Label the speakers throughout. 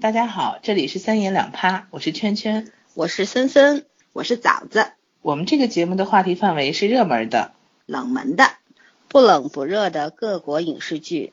Speaker 1: 大家好，这里是三言两趴，我是圈圈。
Speaker 2: 我是森森，我是枣子，
Speaker 1: 我们这个节目的话题范围是热门的。
Speaker 2: 冷门的、不冷不热的各国影视剧，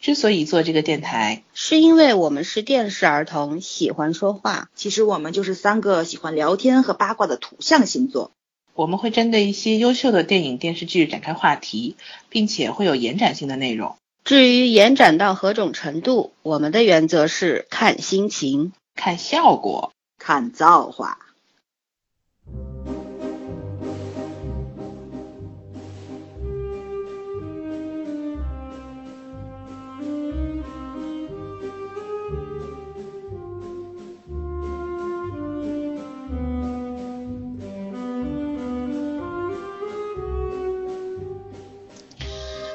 Speaker 1: 之所以做这个电台，
Speaker 2: 是因为我们是电视儿童，喜欢说话，
Speaker 3: 其实我们就是三个喜欢聊天和八卦的土象星座。
Speaker 1: 我们会针对一些优秀的电影、电视剧展开话题，并且会有延展性的内容。
Speaker 2: 至于延展到何种程度，我们的原则是看心情。
Speaker 1: 看效果，
Speaker 3: 看造化，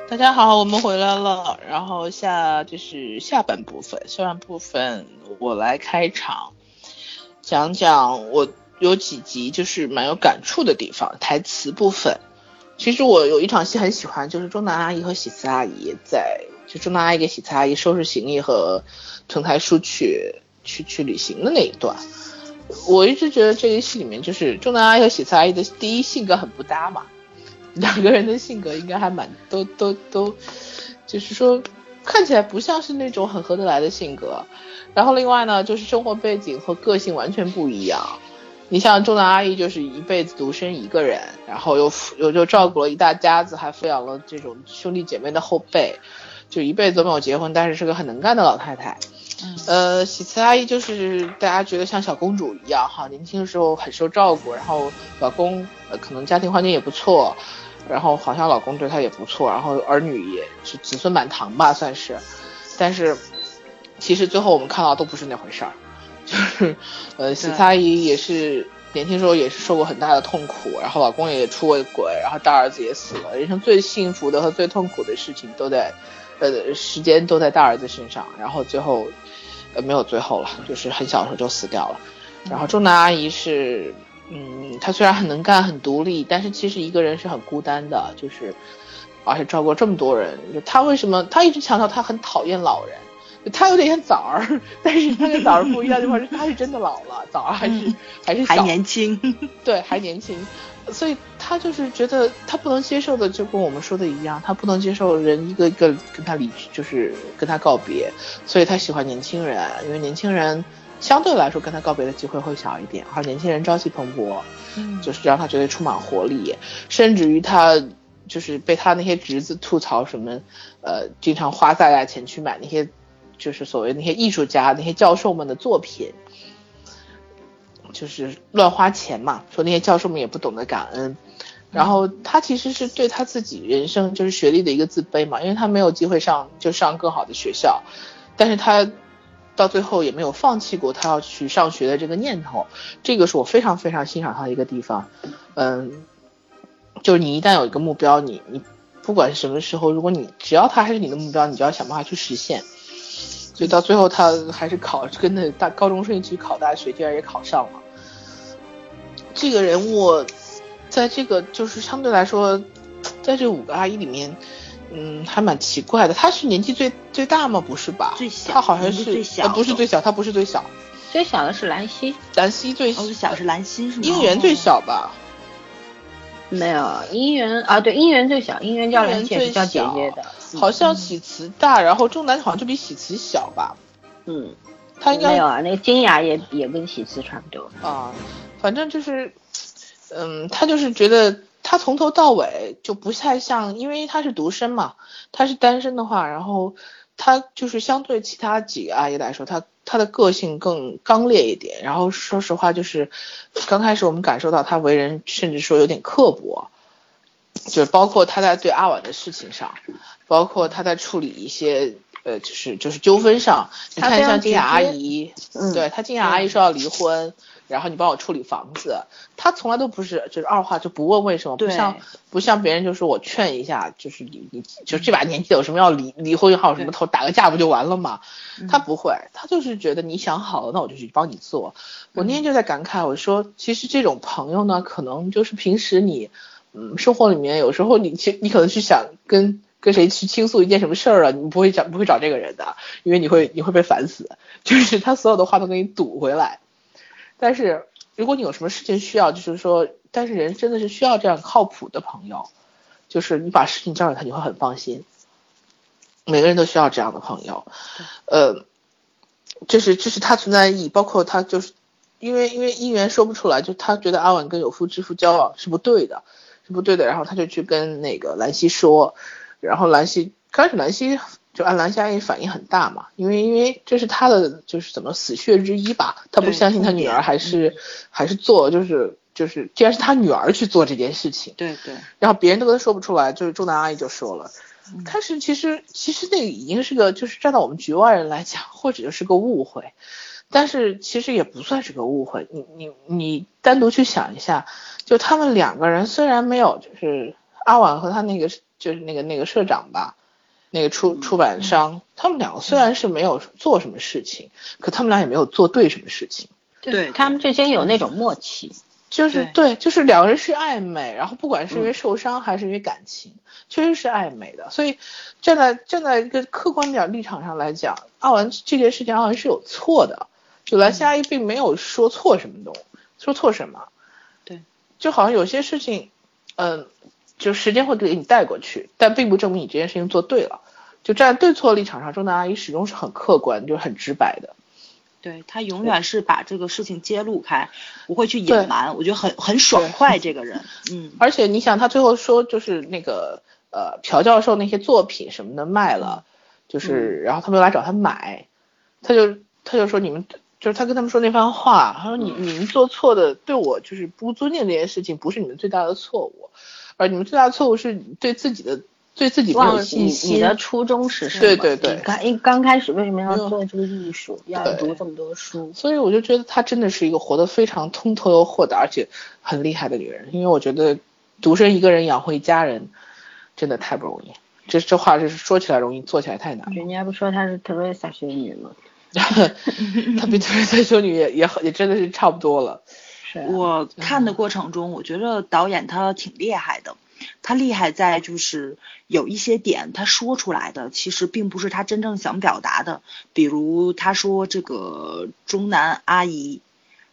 Speaker 1: 大家好，我们回来了。然后下就是下半部分，下半部分我来开场，讲讲我有几集就是蛮有感触的地方，台词部分。其实我有一场戏很喜欢，就是中南阿姨和喜慈阿姨在，就中南阿姨给喜慈阿姨收拾行李和屯台书去去去旅行的那一段。我一直觉得这个戏里面就是中南阿姨和喜慈阿姨的第一性格很不搭嘛，两个人的性格应该还蛮都都都，就是说看起来不像是那种很合得来的性格。然后另外呢，就是生活背景和个性完全不一样。你像中南阿姨就是一辈子独身一个人，然后又抚又又照顾了一大家子，还抚养了这种兄弟姐妹的后辈，就一辈子都没有结婚，但是是个很能干的老太太。
Speaker 2: 嗯
Speaker 1: 呃，喜慈阿姨就是大家觉得像小公主一样哈，年轻的时候很受照顾，然后老公、呃、可能家庭环境也不错，然后好像老公对她也不错，然后儿女也是子孙满堂吧算是，但是其实最后我们看到都不是那回事儿，就是呃喜慈阿姨也是年轻时候也是受过很大的痛苦，然后老公也出过轨，然后大儿子也死了，人生最幸福的和最痛苦的事情都在呃时间都在大儿子身上，然后最后。呃，没有最后了，就是很小的时候就死掉了。然后中南阿姨是，嗯，她虽然很能干、很独立，但是其实一个人是很孤单的，就是，而且照顾这么多人，就她为什么她一直强调她很讨厌老人，就她有点像枣儿， 但是她跟枣儿不一样的地方是她是真的老了，枣儿还是、还是
Speaker 3: 嗯还
Speaker 1: 小
Speaker 3: 年轻，
Speaker 1: 对，还年轻，所以他就是觉得他不能接受的，就跟我们说的一样，他不能接受人一个一个跟他离，就是跟他告别，所以他喜欢年轻人，因为年轻人相对来说跟他告别的机会会小一点，而年轻人朝气蓬勃，
Speaker 2: 嗯
Speaker 1: 就是让他觉得充满活力，甚至于他就是被他那些侄子吐槽什么，呃，经常花大价钱去买那些就是所谓那些艺术家、那些教授们的作品，就是乱花钱嘛，说那些教授们也不懂得感恩。然后他其实是对他自己人生就是学历的一个自卑嘛，因为他没有机会上就上更好的学校，但是他到最后也没有放弃过他要去上学的这个念头，这个是我非常非常欣赏他的一个地方。嗯，就是你一旦有一个目标，你你不管什么时候，如果你只要他还是你的目标，你就要想办法去实现。所以到最后，他还是考跟着大高中生一起考大学，居然也考上了。这个人物，在这个就是相对来说，在这五个阿姨里面，嗯，还蛮奇怪的。她是年纪最最大吗？不是吧？
Speaker 3: 最小
Speaker 1: 她好像
Speaker 3: 年纪
Speaker 1: 是
Speaker 3: 最小
Speaker 1: 呃不是
Speaker 3: 的
Speaker 1: 最小，她不是最小，
Speaker 2: 最小的是兰溪，
Speaker 1: 兰溪最小
Speaker 3: 哦，，小是兰心是吗？
Speaker 1: 应援最小吧？
Speaker 2: 没有姻缘啊，对，姻缘最小，姻缘叫兰溪也是叫姐姐的，
Speaker 1: 好像喜慈大，然后钟南好像就比喜慈小吧？
Speaker 2: 嗯，
Speaker 1: 她应该
Speaker 2: 没有啊，那个金雅也也跟喜慈差不多，
Speaker 1: 啊，反正就是，嗯，他就是觉得他从头到尾就不太像，因为他是独身嘛，他是单身的话，然后他就是相对其他几个阿姨来说，他他的个性更刚烈一点。然后说实话，就是刚开始我们感受到他为人，甚至说有点刻薄，就是包括他在对阿婉的事情上，包括他在处理一些。呃，就是就是纠纷上，你
Speaker 2: 他
Speaker 1: 看
Speaker 2: 非常
Speaker 1: 像金雅阿
Speaker 2: 直接
Speaker 1: 姨，
Speaker 3: 嗯
Speaker 1: 对他金雅阿姨说要离婚，然后你帮我处理房子，他从来都不是就是二话就不问为什么，不
Speaker 3: 对
Speaker 1: 像不像别人就是我劝一下，就是你你就这把年纪有什么要离离婚还有什么头打个架不就完了吗？他不会，他就是觉得你想好了，那我就去帮你做。我那天就在感慨，我说其实这种朋友呢，可能就是平时你嗯生活里面有时候你其你可能去想跟跟谁去倾诉一件什么事儿啊，你不会找不会找这个人的，因为你会你会被烦死。 就是他所有的话都给你堵回来。但是如果你有什么事情需要，就是说，但是人真的是需要这样靠谱的朋友，就是你把事情交给他，你会很放心。每个人都需要这样的朋友，呃，这是这是他存在的意义，包括他就是因为因为议员说不出来，就他觉得阿婉跟有夫之妇交往是不对的，是不对的，然后他就去跟那个兰溪说，然后兰溪开始兰溪就按兰溪阿姨反应很大嘛，因为因为这是他的就是怎么死穴之一吧，他不
Speaker 3: 对
Speaker 1: 相信他
Speaker 3: 痛
Speaker 1: 女
Speaker 3: 点
Speaker 1: 儿还是还是做就是就是既然是他女儿去做这件事情，
Speaker 3: 对对，
Speaker 1: 然后别人都跟他说不出来，就是中南阿姨就说了，但是其实其实那个已经是个，就是站到我们局外人来讲，或者就是个误会，但是其实也不算是个误会。你你你单独去想一下，就他们两个人虽然没有，就是阿婉和他那个就是那个那个社长吧，那个出出版商，他们两个虽然是没有做什么事情，可他们俩也没有做对什么事情。
Speaker 3: 对
Speaker 2: 他们之间有那种默契，
Speaker 1: 就是对，就是两个人是暧昧，然后不管是因为受伤还是因为感情，确实是暧昧的。所以站在站在一个客观点立场上来讲，阿文这件事情阿文是有错的，就兰心阿姨并没有说错什么东，说错什么。
Speaker 3: 对，
Speaker 1: 就好像有些事情，嗯、就时间会给你带过去，但并不证明你这件事情做对了。就站在对错立场上，周南阿姨始终是很客观，就是很直白的。
Speaker 4: 对他永远是把这个事情揭露开，不会去
Speaker 1: 对
Speaker 4: 隐瞒，我觉得很很爽快这个人，嗯，
Speaker 1: 而且你想，他最后说就是那个呃朴教授那些作品什么的卖了，就是、然后他们又来找他买，他就他就说你们就是他跟他们说那番话，他说你你们做错的对我就是不尊敬这件事情不是你们最大的错误，而你们最大的错误是你对自己的对自己没
Speaker 2: 忘
Speaker 1: 有
Speaker 2: 了
Speaker 1: 信
Speaker 2: 你你
Speaker 1: 心。
Speaker 2: 的初衷是什么？
Speaker 1: 对对对
Speaker 2: 你刚一刚开始为什么要
Speaker 1: 没有
Speaker 2: 做这个艺术？要
Speaker 1: 对
Speaker 2: 读这么多书？
Speaker 1: 所以我就觉得她真的是一个活得非常通透又豁达，而且很厉害的女人。因为我觉得独身一个人养活一家人，真的太不容易。这这话就是说起来容易，做起来太 难。
Speaker 2: 人家不说她是特别傻修女吗？
Speaker 1: 她比特瑞斯修女也也很也真的是差不多了。
Speaker 2: 是啊
Speaker 4: 我看的过程中，我觉得导演他挺厉害的，他厉害在就是有一些点他说出来的，其实并不是他真正想表达的，比如他说这个中南阿姨，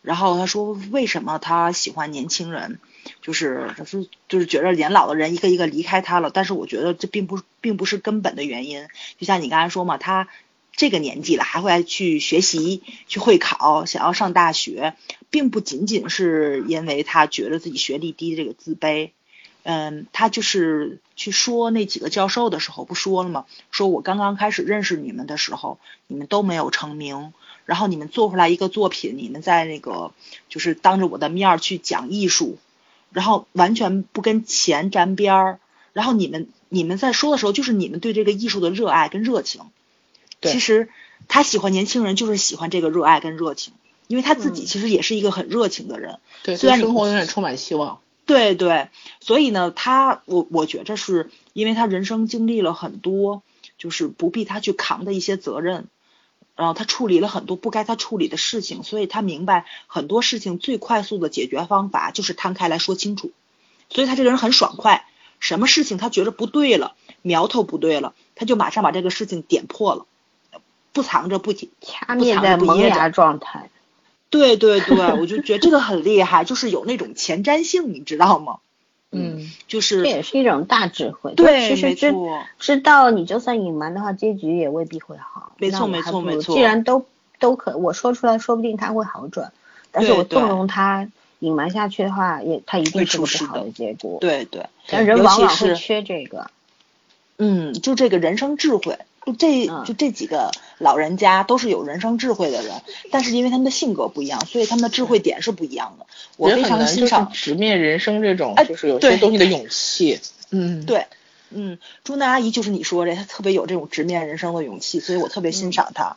Speaker 4: 然后他说为什么他喜欢年轻人，就是他说就是觉得年老的人一个一个离开他了，但是我觉得这并不并不是根本的原因，就像你刚才说嘛，他这个年纪了还会去学习、去会考，想要上大学，并不仅仅是因为他觉得自己学历低这个自卑。嗯，他就是去说那几个教授的时候不说了吗？说我刚刚开始认识你们的时候，你们都没有成名，然后你们做出来一个作品，你们在那个就是当着我的面儿去讲艺术，然后完全不跟钱沾边儿，然后你们你们在说的时候，就是你们对这个艺术的热爱跟热情。
Speaker 1: 对
Speaker 4: 其实他喜欢年轻人，就是喜欢这个热爱跟热情，因为他自己其实也是一个很热情的人。
Speaker 1: 对，
Speaker 4: 虽然
Speaker 1: 对
Speaker 4: 你
Speaker 1: 生活永远充满希望。
Speaker 4: 对对，所以呢，他我我觉着是因为他人生经历了很多，就是不必他去扛的一些责任，然后他处理了很多不该他处理的事情，所以他明白很多事情最快速的解决方法就是摊开来说清楚，所以他这个人很爽快，什么事情他觉着不对了，苗头不对了，他就马上把这个事情点破了，不藏着不提。
Speaker 2: 掐灭在萌芽状态，
Speaker 4: 对对对，我就觉得这个很厉害，就是有那种前瞻性，你知道吗？
Speaker 1: 嗯，
Speaker 4: 就是
Speaker 2: 这也是一种大智慧。
Speaker 4: 对
Speaker 2: 就其
Speaker 4: 没
Speaker 2: 实知
Speaker 4: 错
Speaker 2: 知道你就算隐瞒的话，结局也未必会好。
Speaker 4: 没错
Speaker 2: 那我还不如
Speaker 4: 没错没错
Speaker 2: 既然都都可，我说出来，说不定他会好转。但是
Speaker 4: 对
Speaker 2: 我
Speaker 4: 对
Speaker 2: 纵容他隐瞒下去的话，也他一定
Speaker 4: 会
Speaker 2: 是
Speaker 4: 出
Speaker 2: 个
Speaker 4: 事
Speaker 2: 不好
Speaker 4: 的
Speaker 2: 的结果。，
Speaker 4: 对对，
Speaker 2: 但人
Speaker 4: 尤
Speaker 2: 往
Speaker 4: 其
Speaker 2: 往会
Speaker 4: 是
Speaker 2: 缺这个。
Speaker 4: 嗯，就这个人生智慧，就这
Speaker 2: 嗯
Speaker 4: 就这几个老人家都是有人生智慧的人，但是因为他们的性格不一样，所以他们的智慧点是不一样的。我
Speaker 1: 嗯人
Speaker 4: 非
Speaker 1: 很
Speaker 4: 常
Speaker 1: 难就
Speaker 4: 欣
Speaker 1: 是
Speaker 4: 赏，
Speaker 1: 直面人生这种
Speaker 4: 哎
Speaker 1: 就是有些
Speaker 4: 对
Speaker 1: 东西的勇气。嗯，
Speaker 4: 对，嗯，朱娜阿姨就是你说的，她特别有这种直面人生的勇气，所以我特别
Speaker 1: 嗯
Speaker 4: 欣赏她，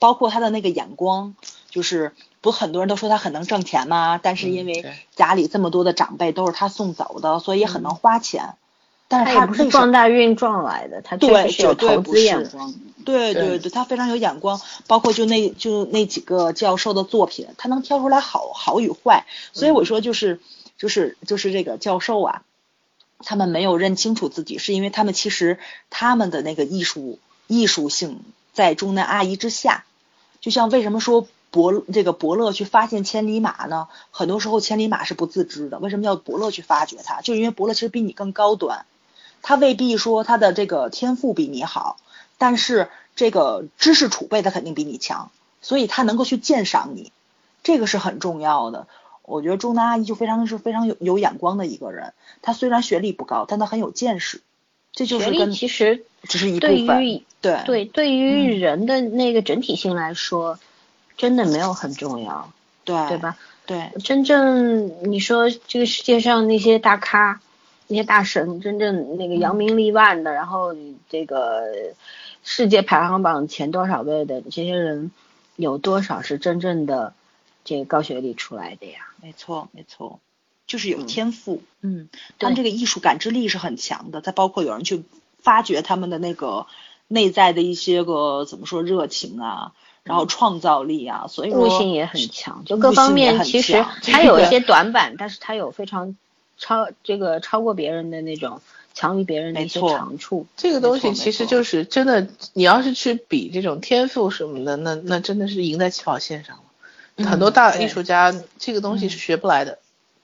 Speaker 4: 包括她的那个眼光，就是不很多人都说她很能挣钱嘛，但是因
Speaker 1: 嗯
Speaker 4: 为
Speaker 1: 对嗯
Speaker 4: 家里这么多的长辈都是她送走的，所以也很能花钱，但
Speaker 2: 他
Speaker 4: 是
Speaker 2: 也
Speaker 4: 她
Speaker 2: 不是
Speaker 4: 为什么
Speaker 2: 撞大运撞来的，他确
Speaker 4: 对
Speaker 2: 实是有
Speaker 4: 绝对
Speaker 2: 投
Speaker 4: 不
Speaker 2: 资
Speaker 4: 是
Speaker 2: 眼光。
Speaker 4: 对
Speaker 1: 对
Speaker 4: 对对，他非常有眼光，包括就那就那几个教授的作品，他能挑出来好好与坏，所以我说就是、就是就是这个教授啊，他们没有认清楚自己，是因为他们其实他们的那个艺术艺术性在中南阿姨之下。就像为什么说伯这个伯乐去发现千里马呢？很多时候千里马是不自知的，为什么要伯乐去发掘它？就是因为伯乐其实比你更高端，他未必说他的这个天赋比你好，但是这个知识储备他肯定比你强，所以他能够去鉴赏你，这个是很重要的。我觉得钟南阿姨就非常是非常有有眼光的一个人，她虽然学历不高，但她很有见识，这就是
Speaker 2: 学历
Speaker 4: 跟
Speaker 2: 其实
Speaker 4: 只是一部
Speaker 2: 对于
Speaker 4: 分，嗯对
Speaker 2: 对对于人的那个整体性来说，真的没有很重要，
Speaker 4: 对
Speaker 2: 对？吧？
Speaker 4: 对
Speaker 2: 真正你说这个世界上那些大咖、那些大神，真正那个扬名立万的，然后这个世界排行榜前多少位的这些人，有多少是真正的这个高学历出来的呀？
Speaker 4: 没错没错，就是有
Speaker 2: 嗯
Speaker 4: 天赋，嗯，
Speaker 2: 对
Speaker 4: 他们这个艺术感知力是很强的，再包括有人去发掘他们的那个内在的一些个怎么说热情啊，然后创造力啊，所以
Speaker 2: 嗯悟
Speaker 4: 说
Speaker 2: 性也很强，就
Speaker 4: 悟
Speaker 2: 各方
Speaker 4: 性也
Speaker 2: 面
Speaker 4: 很
Speaker 2: 其实
Speaker 4: 强
Speaker 2: 他
Speaker 4: 这
Speaker 2: 有一
Speaker 4: 个
Speaker 2: 些短板，但是他有非常超这个超过别人的那种强于别人的
Speaker 4: 没
Speaker 2: 一些
Speaker 4: 错
Speaker 2: 长处。
Speaker 1: 这个东西
Speaker 4: 没错
Speaker 1: 其实就是真的，你要是去比这种天赋什么的，那那真的是赢在起跑线上了。
Speaker 4: 嗯
Speaker 1: 很多大
Speaker 4: 对
Speaker 1: 艺术家这个东西是学不来的，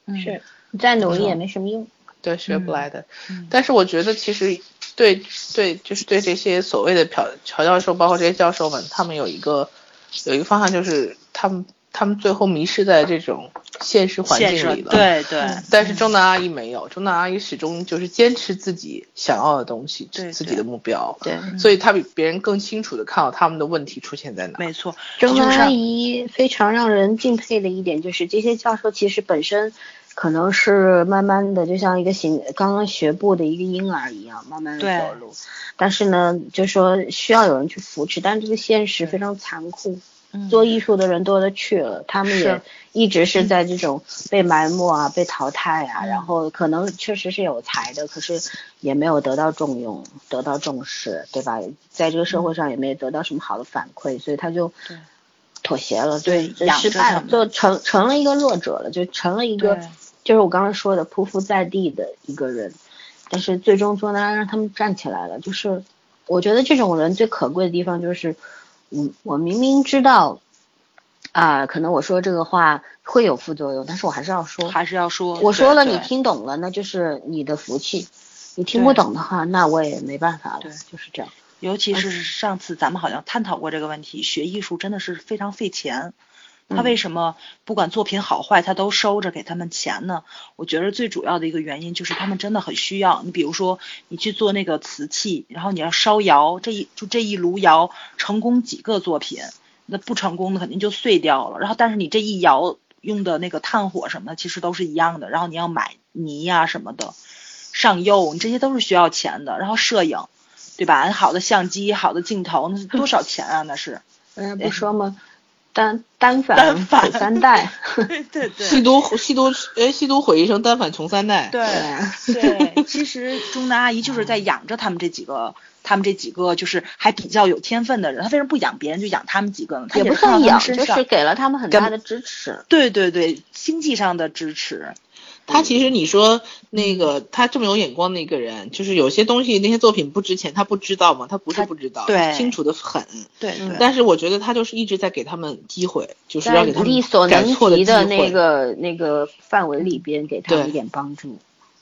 Speaker 4: 嗯
Speaker 2: 是你再努力
Speaker 1: 没
Speaker 2: 也
Speaker 1: 错
Speaker 2: 没什么用。
Speaker 1: 对，学不来的。
Speaker 4: 嗯
Speaker 1: 但是我觉得其实对对，就是对这些所谓的朴朴教授，包括这些教授们，他们有一个有一个方向，就是他们他们最后迷失在这种现实环
Speaker 4: 现
Speaker 1: 境
Speaker 4: 实
Speaker 1: 里了。。
Speaker 4: 对对
Speaker 2: 嗯
Speaker 1: 但是钟南阿姨没有，钟南阿姨始终就是坚持自己想要的东西，
Speaker 4: 对
Speaker 1: 自
Speaker 4: 对
Speaker 1: 己的目标。
Speaker 2: 对，
Speaker 1: 所以他比别人更清楚的看到他们的问题出现在哪。
Speaker 4: 没错，
Speaker 2: 周
Speaker 4: 就是
Speaker 2: 阿姨非常让人敬佩的一点就是，这些教授其实本身可能是慢慢的，就像一个行刚刚学步的一个婴儿一样，慢慢的
Speaker 4: 对
Speaker 2: 走路。但是呢，就说需要有人去扶持，但这个现实非常残酷。
Speaker 4: 嗯
Speaker 2: 做艺术的人多了去了，他们也
Speaker 1: 是
Speaker 2: 一直是在这种被埋没啊、被淘汰
Speaker 4: 嗯
Speaker 2: 啊，然后可能确实是有才的，可是也没有得到重用、得到重视，对吧？在这个社会上也没得到什么好的反馈，所以他就
Speaker 4: 嗯对
Speaker 2: 妥协了，
Speaker 4: 对
Speaker 2: 就
Speaker 4: 养
Speaker 2: 失
Speaker 4: 着
Speaker 2: 败
Speaker 4: 他
Speaker 2: 了，
Speaker 4: 们
Speaker 2: 就成成了一个弱者了，就成了一个
Speaker 4: 对
Speaker 2: 就是我刚刚说的匍匐在地的一个人，但是最终做呢让他们站起来了，就是我觉得这种人最可贵的地方就是，嗯，我明明知道，啊、可能我说这个话会有副作用，但是我还是要说。
Speaker 4: 还是要说，
Speaker 2: 我说了，
Speaker 4: 对
Speaker 2: 你
Speaker 4: 对
Speaker 2: 听懂了，那就是你的福气；你听不
Speaker 4: 对
Speaker 2: 懂的话，那我也没办法了
Speaker 4: 对，
Speaker 2: 就是这样。
Speaker 4: 尤其
Speaker 2: 嗯
Speaker 4: 是上次咱们好像探讨过这个问题，学艺术真的是非常费钱。
Speaker 2: 嗯
Speaker 4: 他为什么不管作品好坏，他都收着给他们钱呢？我觉得最主要的一个原因就是他们真的很需要。你比如说，你去做那个瓷器，然后你要烧窑，这一就这一炉窑成功几个作品，那不成功的肯定就碎掉了。然后，但是你这一窑用的那个炭火什么的，其实都是一样的。然后你要买泥呀、什么的，上釉，你这些都是需要钱的。然后摄影，对吧？好的相机、好的镜头，那是多少钱啊？那是。
Speaker 2: 人家不说吗？单哎单反
Speaker 4: 单反
Speaker 2: 苦三代，
Speaker 4: 对对
Speaker 1: 吸毒吸毒哎，吸毒毁一生，单反穷三代。
Speaker 4: 对
Speaker 2: 啊
Speaker 4: 对，其实钟南阿姨就是在养着他们这几个，他们这几个就是还比较有天分的人。她为什么不养别人，就养他们几个呢？她
Speaker 2: 也不
Speaker 4: 是看到
Speaker 2: 算
Speaker 4: 他们
Speaker 2: 养，
Speaker 4: 身
Speaker 2: 就是
Speaker 4: 上
Speaker 2: 给了他们很
Speaker 1: 跟
Speaker 2: 大的支持。
Speaker 4: 对对对，经济上的支持。
Speaker 1: 他其实你说那个他这么有眼光的一个人，就是有些东西那些作品不值钱，他不知道吗？他不是
Speaker 4: 他
Speaker 1: 不知道，
Speaker 4: 对
Speaker 1: 清楚的很。
Speaker 4: 对
Speaker 2: 嗯
Speaker 4: 对
Speaker 1: 但是我觉得他就是一直在给他们机会，就是
Speaker 2: 在
Speaker 1: 要给他们
Speaker 2: 力所
Speaker 1: 改
Speaker 2: 能
Speaker 1: 错
Speaker 2: 及
Speaker 1: 机会。
Speaker 2: 那个那个范围里边，给他们
Speaker 1: 对
Speaker 2: 一点帮助，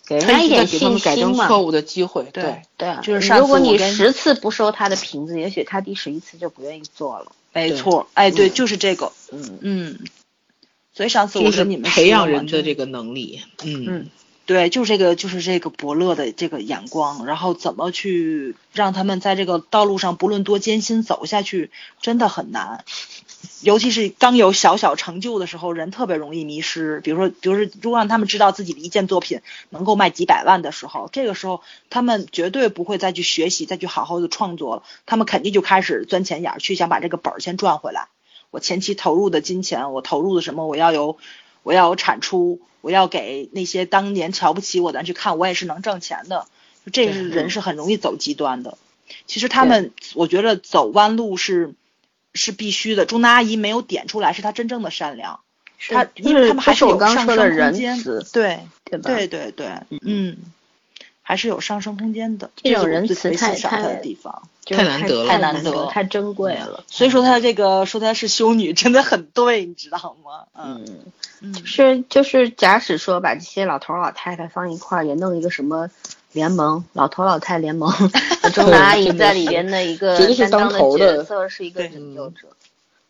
Speaker 2: 给人家
Speaker 1: 他
Speaker 2: 一
Speaker 1: 一直在
Speaker 2: 点
Speaker 1: 给他
Speaker 2: 信
Speaker 1: 们改
Speaker 2: 心
Speaker 1: 正
Speaker 2: 嘛。
Speaker 1: 错误的机会。
Speaker 4: 对
Speaker 1: 对
Speaker 2: 对啊，
Speaker 4: 就是上
Speaker 2: 如果
Speaker 4: 次我
Speaker 2: 你
Speaker 4: 跟
Speaker 2: 十次不收他的瓶子，也许他第十一次就不愿意做了。
Speaker 4: 没
Speaker 1: 对
Speaker 4: 错。哎，对，就是这个。
Speaker 2: 嗯，
Speaker 4: 嗯。所以上次
Speaker 1: 就
Speaker 4: 我
Speaker 1: 是
Speaker 4: 跟你们
Speaker 1: 培
Speaker 4: 说
Speaker 1: 养
Speaker 4: 嘛
Speaker 1: 人的
Speaker 4: 就
Speaker 1: 这个能力。嗯，
Speaker 4: 对，就是这个，就是这个伯乐的这个眼光，然后怎么去让他们在这个道路上不论多艰辛走下去，真的很难。尤其是刚有小小成就的时候，人特别容易迷失。比如说，比如说，如果让他们知道自己的一件作品能够卖几百万的时候，这个时候他们绝对不会再去学习，再去好好的创作了，他们肯定就开始钻钱眼儿去想把这个本儿先赚回来。我前期投入的金钱，我投入的什么，我要有，我要有产出，我要给那些当年瞧不起我的人去看，我也是能挣钱的。就这是
Speaker 2: 嗯
Speaker 4: 人是很容易走极端的。其实他们，我觉得走弯路是是必须的。钟南阿姨没有点出来，是她真正的善良。
Speaker 2: 是
Speaker 4: 她
Speaker 2: 就
Speaker 4: 因为他们还
Speaker 2: 这是
Speaker 4: 有
Speaker 2: 我刚
Speaker 4: 上
Speaker 2: 说的
Speaker 4: 升空
Speaker 2: 仁
Speaker 4: 间
Speaker 2: 慈，
Speaker 4: 对
Speaker 2: 对吧？
Speaker 4: 对对对，嗯，还是有上升空间的。
Speaker 2: 这种
Speaker 4: 是我
Speaker 2: 人
Speaker 4: 最
Speaker 2: 慈
Speaker 4: 最
Speaker 2: 太
Speaker 4: 欣赏他
Speaker 2: 太
Speaker 4: 的地方。
Speaker 2: 就是
Speaker 1: 太难得了
Speaker 2: 太
Speaker 4: 太难
Speaker 2: 难
Speaker 4: 得了
Speaker 2: 太珍贵了。
Speaker 4: 所以说他这个说她是修女真的很对，你知道吗？嗯
Speaker 2: 嗯，
Speaker 4: 嗯，
Speaker 2: 是就是，假使说把这些老头儿老太太放一块儿，也弄一个什么联盟，老头老太联 盟，中南阿姨在里边的一个
Speaker 1: 绝对是
Speaker 2: 担当
Speaker 1: 当头的嗯
Speaker 2: 角色，是一个
Speaker 4: 对
Speaker 2: 拯救者。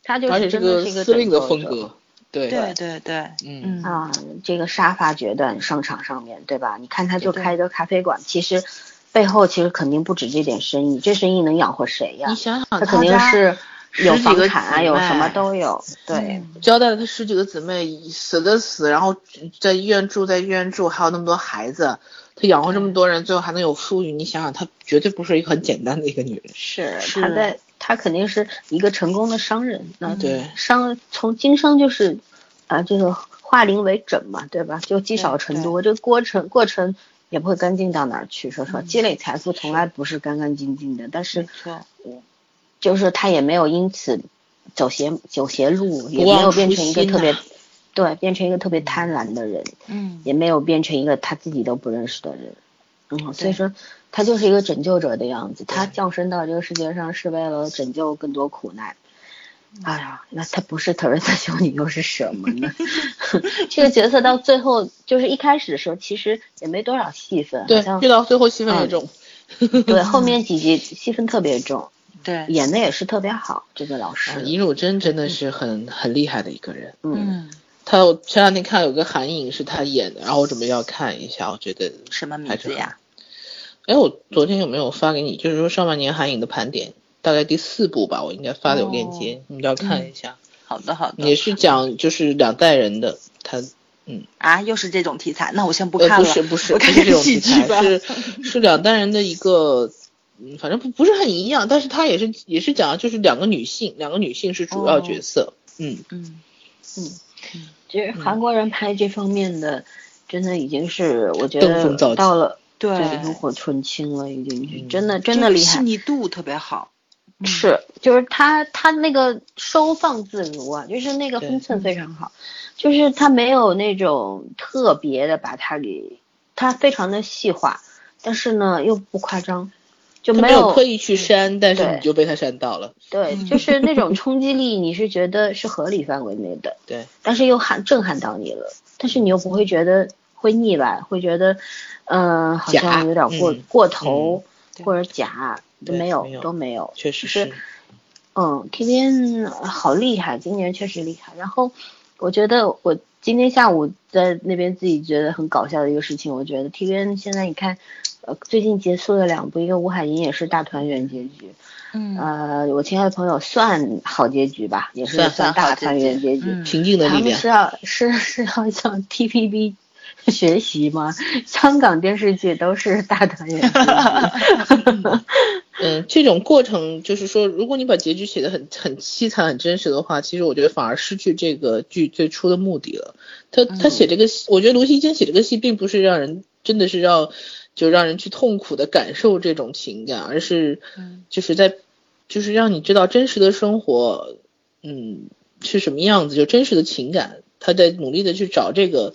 Speaker 2: 他就
Speaker 1: 而且这
Speaker 2: 是
Speaker 1: 个
Speaker 2: 真的是一个
Speaker 1: 司令的
Speaker 2: 拯
Speaker 1: 风
Speaker 2: 救者
Speaker 1: 格，对
Speaker 4: 对对对，
Speaker 1: 嗯
Speaker 4: 嗯
Speaker 2: 啊，这个杀伐决断，商场上面对吧？你看他就
Speaker 4: 对
Speaker 2: 开一个咖啡馆，其实背后其实肯定不止这点生意，这生意能养活谁呀
Speaker 1: 你？想想，
Speaker 2: 他肯定是有
Speaker 1: 十几
Speaker 2: 房
Speaker 1: 个
Speaker 2: 产啊，
Speaker 1: 姊
Speaker 2: 有什么
Speaker 1: 妹
Speaker 2: 都有。对，
Speaker 4: 嗯
Speaker 1: 交代了他十几个姊妹死的死，然后在医院住，在医院住，还有那么多孩子，他养活这么多人，最后还能有富裕，你想想，他绝对不是一个很简单的一个女人。
Speaker 2: 是
Speaker 4: 是
Speaker 2: 他在，他肯定是一个成功的商人。那
Speaker 1: 对
Speaker 2: 商从经商就是，啊，这个化零为整嘛，对吧？就积少
Speaker 4: 对
Speaker 2: 成
Speaker 4: 对
Speaker 2: 多，这个过程过程也不会干净到哪儿去。说
Speaker 1: 嗯
Speaker 2: 实话，积累财富从来不是干干净净的，但是
Speaker 4: 没错，
Speaker 2: 就是他也没有因此走邪走邪路，也
Speaker 1: 不忘
Speaker 2: 没有变成一
Speaker 1: 初
Speaker 2: 个
Speaker 1: 心
Speaker 2: 特别
Speaker 1: 呐，
Speaker 2: 对，变成一个特别贪婪的人，
Speaker 4: 嗯，
Speaker 2: 也没有变成一个他自己都不认识的人。嗯，所以说他就是一个拯救者的样子，他降生到这个世界上是为了拯救更多苦难。
Speaker 1: 嗯
Speaker 2: 哎呀，那他不是特瑞莎修女又是什么 呢？ 这个角色到最后就是一开始的时候，其实也没多少戏份，好
Speaker 1: 对，嗯
Speaker 2: 像
Speaker 1: 越到最后戏份越重。
Speaker 2: 对后面几集戏份特别重，
Speaker 4: 对，
Speaker 2: 演的也是特别好。这个老师
Speaker 1: 啊，尹汝贞真的是很很厉害的一个人。
Speaker 2: 嗯，
Speaker 4: 嗯，
Speaker 1: 她我前两天看有个韩影是她演的，然后我准备要看一下，我觉得
Speaker 4: 什么名
Speaker 1: 还是
Speaker 4: 字呀？
Speaker 1: 哎，我昨天有没有发给你？就是说上半年韩影的盘点，大概第四部吧，我应该发的有链
Speaker 2: 哦
Speaker 1: 接，你要看一下。
Speaker 4: 好的好
Speaker 2: 嗯
Speaker 1: 也
Speaker 4: 的，
Speaker 1: 是讲就是两代人的，他
Speaker 4: 啊，又是这种题材，那我先不
Speaker 1: 呃
Speaker 4: 看
Speaker 1: 不
Speaker 4: 了
Speaker 1: 是，不是
Speaker 4: 我
Speaker 1: 不
Speaker 4: 看
Speaker 1: 是这
Speaker 4: 看
Speaker 1: 种
Speaker 4: 喜
Speaker 1: 题
Speaker 4: 剧
Speaker 1: 材，
Speaker 4: 吧。
Speaker 1: 是是两代人的一个。嗯，反正不不是很一样，但是他也是也是讲就是两个女性，两个女性是主要角色，嗯，
Speaker 4: 嗯，
Speaker 2: 其实韩国人拍这方面的，真的已经是我觉
Speaker 1: 登峰造
Speaker 2: 得
Speaker 1: 极
Speaker 2: 到了
Speaker 4: 对，
Speaker 2: 炉火纯青了，已经是
Speaker 1: 嗯
Speaker 2: 真的真
Speaker 4: 就
Speaker 2: 的
Speaker 4: 是
Speaker 2: 厉
Speaker 4: 细
Speaker 2: 害。
Speaker 4: 腻度特别好。嗯
Speaker 2: 是，就是他他那个收放自如啊，就是那个
Speaker 1: 对嗯
Speaker 2: 分寸非常好，就是他没有那种特别的把它给，他非常的细化，但是呢又不夸张，就
Speaker 1: 他
Speaker 2: 没
Speaker 1: 没
Speaker 2: 有
Speaker 1: 刻意嗯去删，但是
Speaker 2: 对
Speaker 1: 你就被他删到了，
Speaker 2: 对，就是 那种冲击力，你是觉得是合理范围内的，
Speaker 1: 对，
Speaker 2: 但是又撼震撼到你了，但是你又不会觉得会腻歪，会觉得，嗯、好
Speaker 1: 假
Speaker 2: 像有点过、
Speaker 1: 嗯
Speaker 2: 过头、
Speaker 4: 对
Speaker 2: 或者假，都
Speaker 1: 对
Speaker 2: 没有
Speaker 1: 没有
Speaker 2: 都没有。
Speaker 1: 确实
Speaker 2: 是嗯，K B N 好厉害，今年确实厉害。然后我觉得我今天下午在那边自己觉得很搞笑的一个事情，我觉得 K B N 现在你看，呃，最近结束了两部，一个吴海英也是大团圆结局，
Speaker 4: 嗯，
Speaker 2: 呃，我亲爱的朋友算好结局吧，也是
Speaker 1: 算
Speaker 2: 算
Speaker 4: 好
Speaker 2: 大
Speaker 4: 结
Speaker 2: 团圆
Speaker 4: 局
Speaker 2: 结局。
Speaker 4: 嗯
Speaker 1: 平静的
Speaker 2: 他
Speaker 1: 力
Speaker 2: 们
Speaker 1: 量
Speaker 2: 是，要是是要向 TPB 学习吗？ 香港电视剧都是大团圆结 局
Speaker 1: 嗯，这种过程就是说，如果你把结局写得很很凄惨、很真实的话，其实我觉得反而失去这个剧最初的目的了。他他写这个戏，我觉得卢锡坚写这个戏，并不是让人真的是要就让人去痛苦的感受这种情感，而是
Speaker 4: 嗯
Speaker 1: 就是在就是让你知道真实的生活，嗯，是什么样子，就真实的情感，他在努力的去找这个。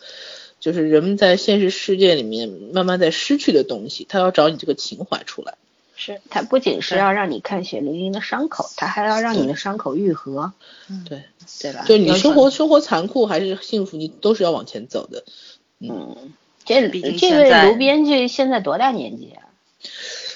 Speaker 1: 就是人们在现实世界里面慢慢在失去的东西，他要找你这个情怀出来。
Speaker 2: 是，它不仅是
Speaker 4: 对
Speaker 2: 要让你看血淋淋的伤口，它还要让你的伤口愈合，
Speaker 1: 对，
Speaker 2: 对吧？
Speaker 1: 就你
Speaker 2: 有
Speaker 1: 生活生活残酷还是幸福，你都是要往前走的。
Speaker 2: 嗯，这
Speaker 4: 毕竟
Speaker 2: 这
Speaker 4: 现
Speaker 2: 位
Speaker 4: 在
Speaker 2: 卢编剧现在多大年纪啊？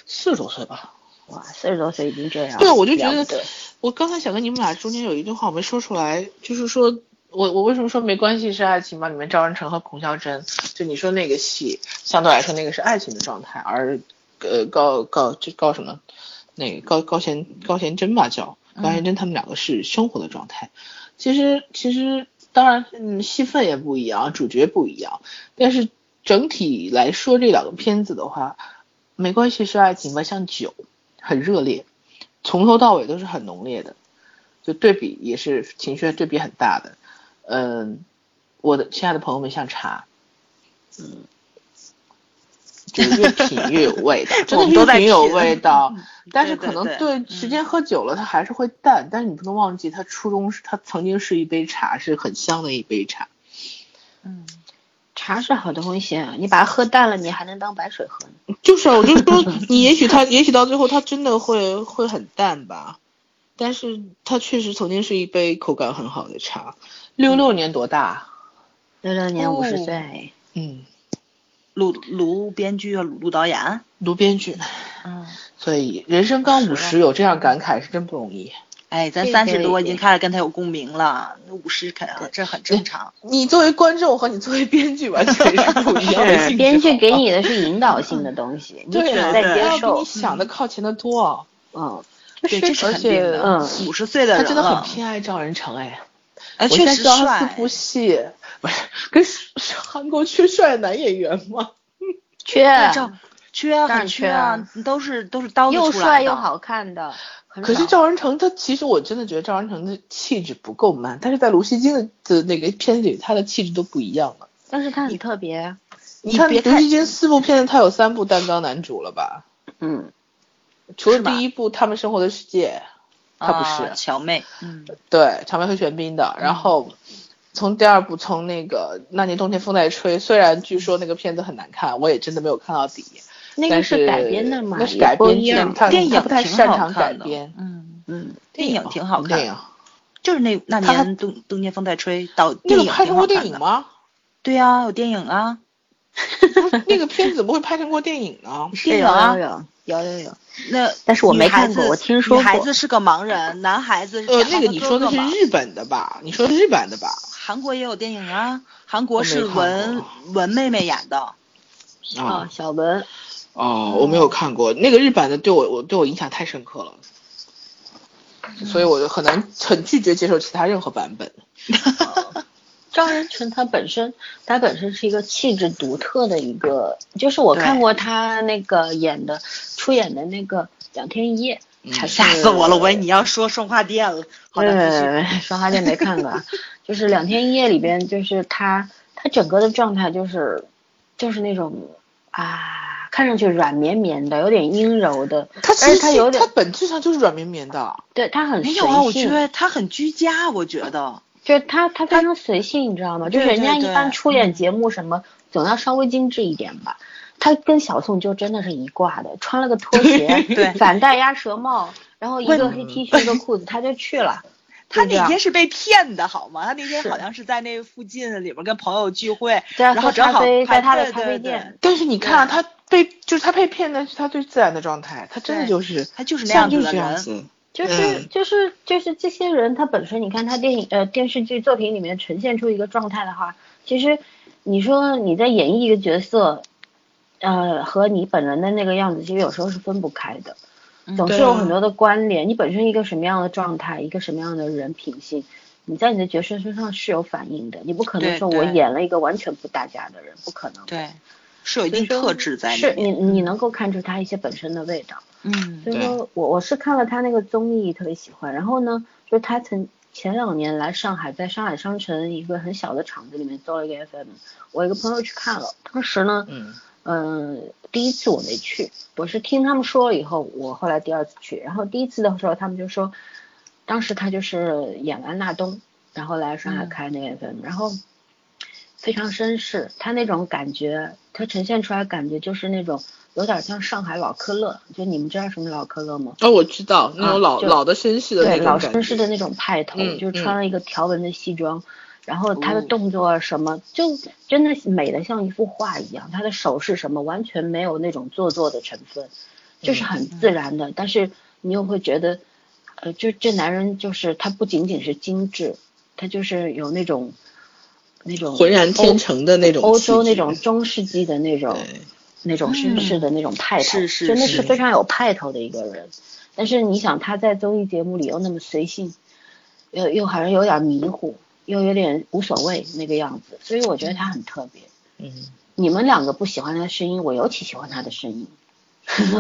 Speaker 1: 四十多岁吧。
Speaker 2: 哇，四十多岁已经这样了，
Speaker 1: 对，我就觉
Speaker 2: 啊了
Speaker 1: 得
Speaker 2: 不得，
Speaker 1: 我刚才想跟你们俩中间有一句话我没说出来，就是说我我为什么说没关系是爱情吧？里面赵文成和孔孝真，就你说那个戏，相对来说那个是爱情的状态，而呃高高这高什么，那个高高贤高贤贞吧叫高贤贞，他们两个是生活的状态。其实其实当然，嗯，戏份也不一样，主角不一样，但是整体来说这两个片子的话，没关系是爱情吧，像酒，很热烈，从头到尾都是很浓烈的，就对比也是情绪对比很大的。嗯，我的亲爱的朋友们像茶，嗯，就越品越有味 道，真的
Speaker 4: 我们
Speaker 1: 是
Speaker 4: 都
Speaker 1: 越
Speaker 4: 在
Speaker 1: 品越有
Speaker 4: 品
Speaker 1: 味道。但是可
Speaker 4: 对对
Speaker 1: 能
Speaker 4: 对嗯
Speaker 1: 时间喝久了，它还是会淡。但是你不能忘记，它初衷是它曾经是一杯茶，是很香的一杯茶。
Speaker 4: 嗯，
Speaker 2: 茶是好东西啊，你把它喝淡了，你还能当白水喝呢。
Speaker 1: 就是啊，我就 说你也许他，也许到最后他真的会会很淡吧，但是他确实曾经是一杯口感很好的茶。六六年多大？
Speaker 2: 六六年五十
Speaker 4: 哦
Speaker 2: 岁，
Speaker 1: 嗯，
Speaker 4: 鲁鲁编剧和鲁鲁导演，
Speaker 1: 卢编剧。
Speaker 4: 嗯，
Speaker 1: 所以人生刚五
Speaker 2: 啊
Speaker 1: 十，有这样感慨是真不容易。
Speaker 4: 哎，咱
Speaker 2: 这
Speaker 4: 三
Speaker 2: 可
Speaker 4: 十
Speaker 2: 以
Speaker 4: 多已经开始跟他有共鸣了，五十肯这很正 常。
Speaker 1: 你作为观众和你作为编剧完全是不一样的性质。
Speaker 2: 编剧给你的是引导性的 东西，你只
Speaker 1: 对
Speaker 2: 能
Speaker 1: 啊，
Speaker 2: 在
Speaker 1: 要
Speaker 2: 接
Speaker 1: 比你
Speaker 2: 受。
Speaker 1: 想的靠前的多啊。
Speaker 2: 嗯，
Speaker 4: 对，这是
Speaker 1: 而
Speaker 4: 肯定
Speaker 1: 且嗯
Speaker 4: 的。五十岁的
Speaker 1: 他
Speaker 4: 人
Speaker 1: 真的很
Speaker 4: 了，
Speaker 1: 偏爱赵仁成哎。
Speaker 4: 哎，
Speaker 1: 我
Speaker 4: 确
Speaker 1: 现在知
Speaker 4: 实
Speaker 1: 道他
Speaker 4: 帅
Speaker 1: 四。部戏，不是跟是是韩国缺帅的男演员吗？
Speaker 2: 缺
Speaker 4: 对赵缺啊，
Speaker 2: 当
Speaker 4: 很
Speaker 2: 然
Speaker 4: 缺
Speaker 2: 缺
Speaker 4: 啊
Speaker 2: 啊，
Speaker 4: 都是都是刀子
Speaker 2: 又
Speaker 4: 出来
Speaker 2: 帅
Speaker 4: 的
Speaker 2: 又。好看的，很
Speaker 1: 可是
Speaker 2: 少
Speaker 1: 赵仁成他其实我真的觉得赵仁成的气质不够 man，但是在卢锡京的的那个片子里，他的气质都不一样了。
Speaker 2: 但是他很特别，
Speaker 1: 你看
Speaker 4: 别
Speaker 1: 卢
Speaker 4: 看
Speaker 1: 锡京四部片子，他有三部担纲男主了吧？
Speaker 2: 嗯，
Speaker 1: 除了
Speaker 4: 是吧
Speaker 1: 第一部《他们生活的世界》，他不是
Speaker 4: 啊嗯乔妹，嗯，
Speaker 1: 对，长白和玄彬的。然后从第二部，从那个《那年冬天风在吹》，虽然据说那个片子很难看，我也真的没有看到底。
Speaker 2: 那
Speaker 1: 但
Speaker 2: 个
Speaker 1: 是
Speaker 2: 改编的嘛，
Speaker 1: 那是
Speaker 2: 也
Speaker 1: 改
Speaker 2: 不
Speaker 1: 编
Speaker 2: 一
Speaker 1: 剧
Speaker 2: 样
Speaker 1: 他
Speaker 4: 电
Speaker 1: 他
Speaker 4: 影
Speaker 1: 不太
Speaker 4: 挺
Speaker 1: 擅
Speaker 4: 好
Speaker 1: 长
Speaker 4: 看
Speaker 1: 改
Speaker 4: 的
Speaker 1: 编，
Speaker 4: 嗯，
Speaker 2: 嗯，
Speaker 4: 电影挺好看
Speaker 1: 电
Speaker 4: 的
Speaker 1: 影。
Speaker 4: 就是那那
Speaker 1: 他
Speaker 4: 年冬冬天风在吹，导
Speaker 1: 那
Speaker 4: 电
Speaker 1: 个
Speaker 4: 影
Speaker 1: 拍
Speaker 4: 挺
Speaker 1: 成
Speaker 4: 好
Speaker 1: 过
Speaker 4: 看
Speaker 1: 电影
Speaker 4: 的？
Speaker 1: 吗？
Speaker 4: 对呀，有电影啊，
Speaker 1: 那个片子怎么会拍成过电影呢？
Speaker 2: 是
Speaker 4: 电影
Speaker 2: 有
Speaker 4: 啊
Speaker 2: 有有有有有，
Speaker 4: 那
Speaker 2: 哎但是我
Speaker 4: 女
Speaker 2: 没
Speaker 4: 孩
Speaker 2: 看过
Speaker 4: 子
Speaker 2: 我听说
Speaker 4: 女孩
Speaker 2: 过
Speaker 4: 子是个盲人，男孩子是
Speaker 1: 呃，
Speaker 4: 贾
Speaker 1: 那个
Speaker 4: 樟柯
Speaker 1: 你说的
Speaker 4: 哥
Speaker 1: 是
Speaker 4: 嘛
Speaker 1: 日本的吧？你说的日版的吧？
Speaker 4: 韩国也有电影啊，韩国
Speaker 1: 我没
Speaker 4: 是
Speaker 1: 看
Speaker 4: 文文妹妹演的，
Speaker 2: 啊，小文，
Speaker 1: 哦，我没有看过那个日版的，对我我对我影响太深刻了，所以我就很难很拒绝接受其他任何版本。
Speaker 2: 赵仁成他本身，他本身是一个气质独特的一个，就是我
Speaker 4: 对
Speaker 2: 看过他那个演的出演的那个《两天一夜》还是，
Speaker 4: 吓死我了！我以为你要说双花店了，好
Speaker 2: 对，
Speaker 4: 的，继续。
Speaker 2: 嗯双花店没看过，啊，就是《两天一夜》里边，就是他他整个的状态就是就是那种啊，看上去软绵绵的，有点阴柔的，
Speaker 1: 它
Speaker 2: 而且他有点
Speaker 1: 它本质上就是软绵绵的，
Speaker 2: 对他很
Speaker 4: 没
Speaker 2: 随
Speaker 4: 有啊，我觉
Speaker 2: 性，
Speaker 4: 得他很居家，我觉得
Speaker 2: 就是他他非常随性，你知道吗？就是
Speaker 4: 对
Speaker 2: 人家
Speaker 4: 对
Speaker 2: 一
Speaker 4: 对，
Speaker 2: 般出演节目什么，总要稍微精致一点吧。他跟小宋就真的是一挂的，穿了个拖鞋
Speaker 4: 对
Speaker 2: 反戴鸭舌帽，然后一个
Speaker 4: 问
Speaker 2: 黑 T 恤一个裤子，他就去 了。
Speaker 4: 他
Speaker 2: 就这样
Speaker 4: 那天是被骗的，好吗？他那天
Speaker 2: 是
Speaker 4: 好像是在那附近里边跟朋友聚会，
Speaker 2: 在
Speaker 4: 然后
Speaker 2: 喝
Speaker 4: 啊正
Speaker 2: 咖
Speaker 4: 好
Speaker 2: 啡，在
Speaker 4: 拍
Speaker 2: 他的
Speaker 4: 对
Speaker 2: 咖
Speaker 4: 对
Speaker 2: 啡
Speaker 4: 对
Speaker 2: 店，
Speaker 1: 但是你看啊，他被就是他被骗的是他最自然的状态，他真的
Speaker 4: 对
Speaker 1: 就是
Speaker 4: 他就是那
Speaker 1: 像
Speaker 4: 样
Speaker 1: 就
Speaker 4: 子
Speaker 1: 是
Speaker 4: 的
Speaker 1: 这样
Speaker 4: 人。
Speaker 1: 子，
Speaker 2: 就是
Speaker 1: 嗯
Speaker 2: 就是就是这些人，他本身你看他电影呃电视剧作品里面呈现出一个状态的话，其实你说你在演绎一个角色，呃和你本人的那个样子，其实有时候是分不开的，
Speaker 4: 嗯
Speaker 2: 总是
Speaker 1: 对啊
Speaker 2: 有很多的关联。你本身一个什么样的状态，一个什么样的人品性，你在你的角色身上是有反应的。你不可
Speaker 4: 对
Speaker 2: 能说我
Speaker 4: 对
Speaker 2: 演了一个完全不搭嘎的人，不可能。
Speaker 4: 对，是有一
Speaker 2: 所以
Speaker 4: 定
Speaker 2: 说，
Speaker 4: 特质在里
Speaker 2: 是
Speaker 4: 面。
Speaker 2: 你你能够看出他一些本身的味道。
Speaker 4: 嗯，
Speaker 2: 所以
Speaker 1: 对
Speaker 2: 说我我是看了他那个综艺特别喜欢，然后呢，就是他曾前两年来上海，在上海商城一个很小的厂子里面做了一个 FM，我一个朋友去看了，当时呢，
Speaker 1: 嗯，
Speaker 2: 嗯、第一次我没去，我是听他们说了以后，我后来第二次去，然后第一次的时候他们就说，当时他就是演完纳东，然后来上海开那个 FM，、然后非常绅士，他那种感觉，他呈现出来感觉就是那种有点像上海老科勒，就你们知道什么老科勒吗？
Speaker 1: 哦，我知道那种老
Speaker 2: 就
Speaker 1: 老的绅士的那
Speaker 2: 对，
Speaker 1: 种
Speaker 2: 老
Speaker 1: 感
Speaker 2: 绅士
Speaker 1: 觉
Speaker 2: 的那种派头，
Speaker 1: 嗯
Speaker 2: 就
Speaker 1: 嗯
Speaker 2: 穿了一个条纹的西装，然后他的
Speaker 4: 哦
Speaker 2: 动作啊什么，就真的美的像一幅画一样，他的手势什么完全没有那种做作的成分，就是
Speaker 1: 嗯
Speaker 2: 很自然的，但是你又会觉得，呃，就这男人就是他不仅仅是精致，他就是有那种那种
Speaker 1: 浑然天
Speaker 2: 欧
Speaker 1: 成的那种
Speaker 2: 欧
Speaker 1: 气
Speaker 2: 洲那
Speaker 1: 质
Speaker 2: 种中世纪的那
Speaker 4: 哦
Speaker 2: 种
Speaker 1: 对
Speaker 2: 那种绅士的那种派头，
Speaker 4: 嗯是是
Speaker 2: 真的
Speaker 1: 是
Speaker 2: 是非常有派头的一个人。但是你想，他在综艺节目里又那么随性，又又好像有点迷糊，又有点无所谓那个样子，所以我觉得他很特别。
Speaker 1: 嗯，
Speaker 2: 你们两个不喜欢他的声音，我尤其喜欢他的声音。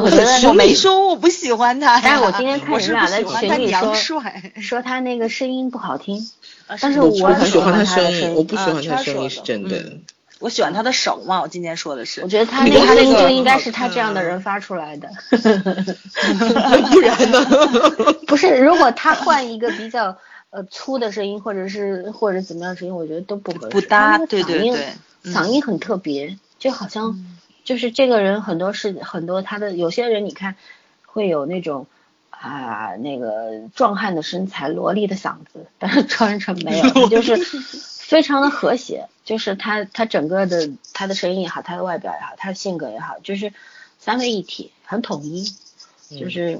Speaker 2: 我觉得
Speaker 4: 我
Speaker 2: 他每
Speaker 4: 没说我不喜欢他呀，
Speaker 2: 但是哎我今天看
Speaker 4: 我
Speaker 2: 你
Speaker 4: 是
Speaker 2: 们
Speaker 4: 不
Speaker 2: 俩在
Speaker 4: 喜欢
Speaker 2: 群
Speaker 4: 他
Speaker 2: 里
Speaker 4: 娘
Speaker 2: 说
Speaker 4: 帅，
Speaker 2: 说他那个声音不好听，
Speaker 4: 啊
Speaker 2: 但是
Speaker 1: 我
Speaker 2: 我
Speaker 1: 不
Speaker 2: 很
Speaker 1: 喜欢
Speaker 2: 他
Speaker 1: 他
Speaker 2: 的
Speaker 1: 声音，我不喜
Speaker 4: 啊
Speaker 1: 欢
Speaker 4: 圈
Speaker 1: 他
Speaker 4: 儿
Speaker 1: 声
Speaker 4: 说
Speaker 1: 音是
Speaker 4: 的
Speaker 1: 真的
Speaker 4: 嗯， 我喜欢他的手嘛，我今天说的是
Speaker 2: 我。觉得他
Speaker 1: 你
Speaker 2: 那个
Speaker 1: 看那
Speaker 2: 声音
Speaker 1: 个
Speaker 2: 就应该
Speaker 1: 很好
Speaker 2: 是他这样的人发出来的。
Speaker 4: 嗯
Speaker 1: 不然呢？
Speaker 2: 不是，如果他换一个比较呃粗的声音，或者是或者怎么样的声音，我觉得都不合适。
Speaker 4: 不
Speaker 2: 他
Speaker 4: 搭
Speaker 2: 那个
Speaker 4: 对对
Speaker 2: 嗓音
Speaker 4: 对嗯嗯
Speaker 2: 嗓音很特别，就好像就是这个人很多是很多他的有些人你看会有那种啊那个壮汉的身材、萝莉的嗓子，但是赵仁成没有，他就是非常的和谐，就是他他整个的他的声音也好，他的外表也好，他的性格也好，就是三位一体，很统一，就是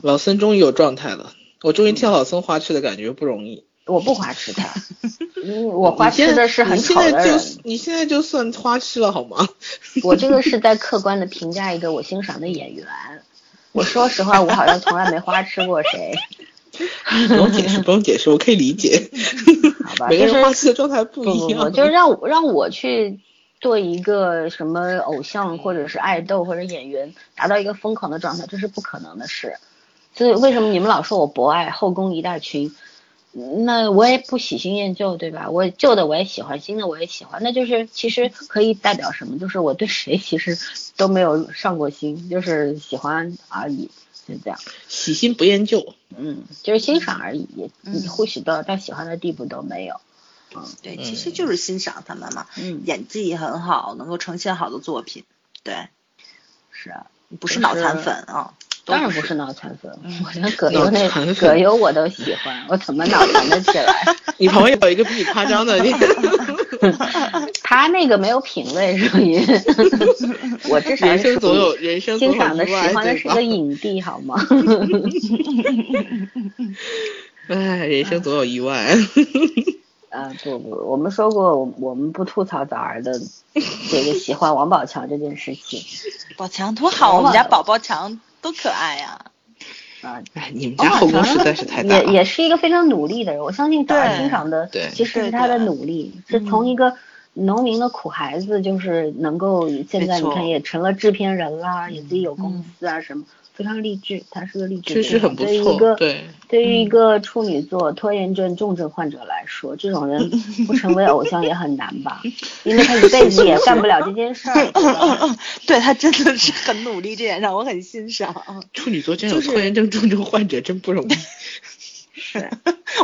Speaker 1: 老森终于有状态了，我终于跳老森花痴的感觉不容易。
Speaker 2: 我不 花痴他，嗯我花痴的是很
Speaker 1: 你现
Speaker 2: 丑的
Speaker 1: 在
Speaker 2: 人
Speaker 1: 就。是你现在就算花痴了好吗？
Speaker 2: 我这个是在客观的评价一个我欣赏的演员。我说实话，我好像从来没花痴过谁，
Speaker 1: 不用解释，不用解释，我可以理 解。
Speaker 2: 好吧？
Speaker 1: 每
Speaker 2: 就
Speaker 1: 个
Speaker 2: 是
Speaker 1: 人花痴的状态不
Speaker 2: 不
Speaker 1: 一
Speaker 2: 不
Speaker 1: 样。
Speaker 2: 不，就是让我让我去做一个什么偶像或者是爱豆或者演员，达到一个疯狂的状态，这是不可能的事。所以为什么你们老说我博爱后宫一大群？嗯那我也不喜新厌旧，对吧？我旧的我也喜欢，新的我也喜欢，那就是其实可以代表什么？就是我对谁其实都没有上过心，就是喜欢而已，就这样。
Speaker 1: 喜新不厌旧。
Speaker 2: 嗯，就是欣赏而已，
Speaker 4: 嗯
Speaker 2: 你或许到到喜欢的地步都没有。
Speaker 4: 对，其实就是欣赏他们嘛，
Speaker 2: 嗯，
Speaker 4: 演技也很好，能够呈现好的作品，对，
Speaker 2: 是啊。
Speaker 4: 不是脑残粉啊，都
Speaker 2: 当然
Speaker 4: 不
Speaker 2: 不
Speaker 4: 是
Speaker 2: 是脑残粉，
Speaker 4: 嗯
Speaker 2: 我连葛优那
Speaker 1: 脑残粉
Speaker 2: 葛优我都喜欢，我怎么脑残得起 来？
Speaker 1: 你旁边有一个比你夸张的，你
Speaker 2: 他那个没有品味，属 于我至少
Speaker 1: 人
Speaker 2: 是
Speaker 1: 生
Speaker 2: 属
Speaker 1: 总有
Speaker 2: 于
Speaker 1: 人生总
Speaker 2: 欣赏
Speaker 1: 有
Speaker 2: 的、
Speaker 1: 意
Speaker 2: 喜
Speaker 1: 外，
Speaker 2: 欢的
Speaker 1: 对
Speaker 2: 是
Speaker 1: 吧
Speaker 2: 个？影帝，好吗？
Speaker 1: 哎，人生总有意外。
Speaker 2: 嗯啊，不不，我们说过，我我们不吐槽枣儿的这个喜欢王宝强这件事情
Speaker 4: 宝强多好啊，我
Speaker 2: 我
Speaker 4: 们家
Speaker 2: 忘了
Speaker 4: 宝宝强多可爱呀、
Speaker 2: 啊，
Speaker 1: 哎，你们家后宫实在是太大
Speaker 2: 也
Speaker 1: 了。
Speaker 2: 也是一个非常努力的人。我相信早
Speaker 4: 对
Speaker 2: 儿欣赏的
Speaker 1: 对，
Speaker 2: 其实
Speaker 4: 对
Speaker 2: 是他的
Speaker 4: 对
Speaker 2: 努力，
Speaker 4: 嗯
Speaker 2: 是从一个农民的苦孩子，就是能够现在
Speaker 4: 没错
Speaker 2: 你看也成了制片人啦，
Speaker 4: 嗯
Speaker 2: 也自己有公司啊什么，非常励志。他是个励志的
Speaker 1: 确
Speaker 2: 人，
Speaker 1: 实很不
Speaker 2: 对于一
Speaker 1: 错，
Speaker 2: 个
Speaker 1: 对，
Speaker 2: 对于一个处女座拖延症重症患者来说，这种人不成为偶像也很难 吧？因为他一辈子也干不了这件 事儿。对吧
Speaker 4: 对他真的 是很努力，这点让我很欣赏。
Speaker 1: 处女座真有拖延症重症患者真不 容易。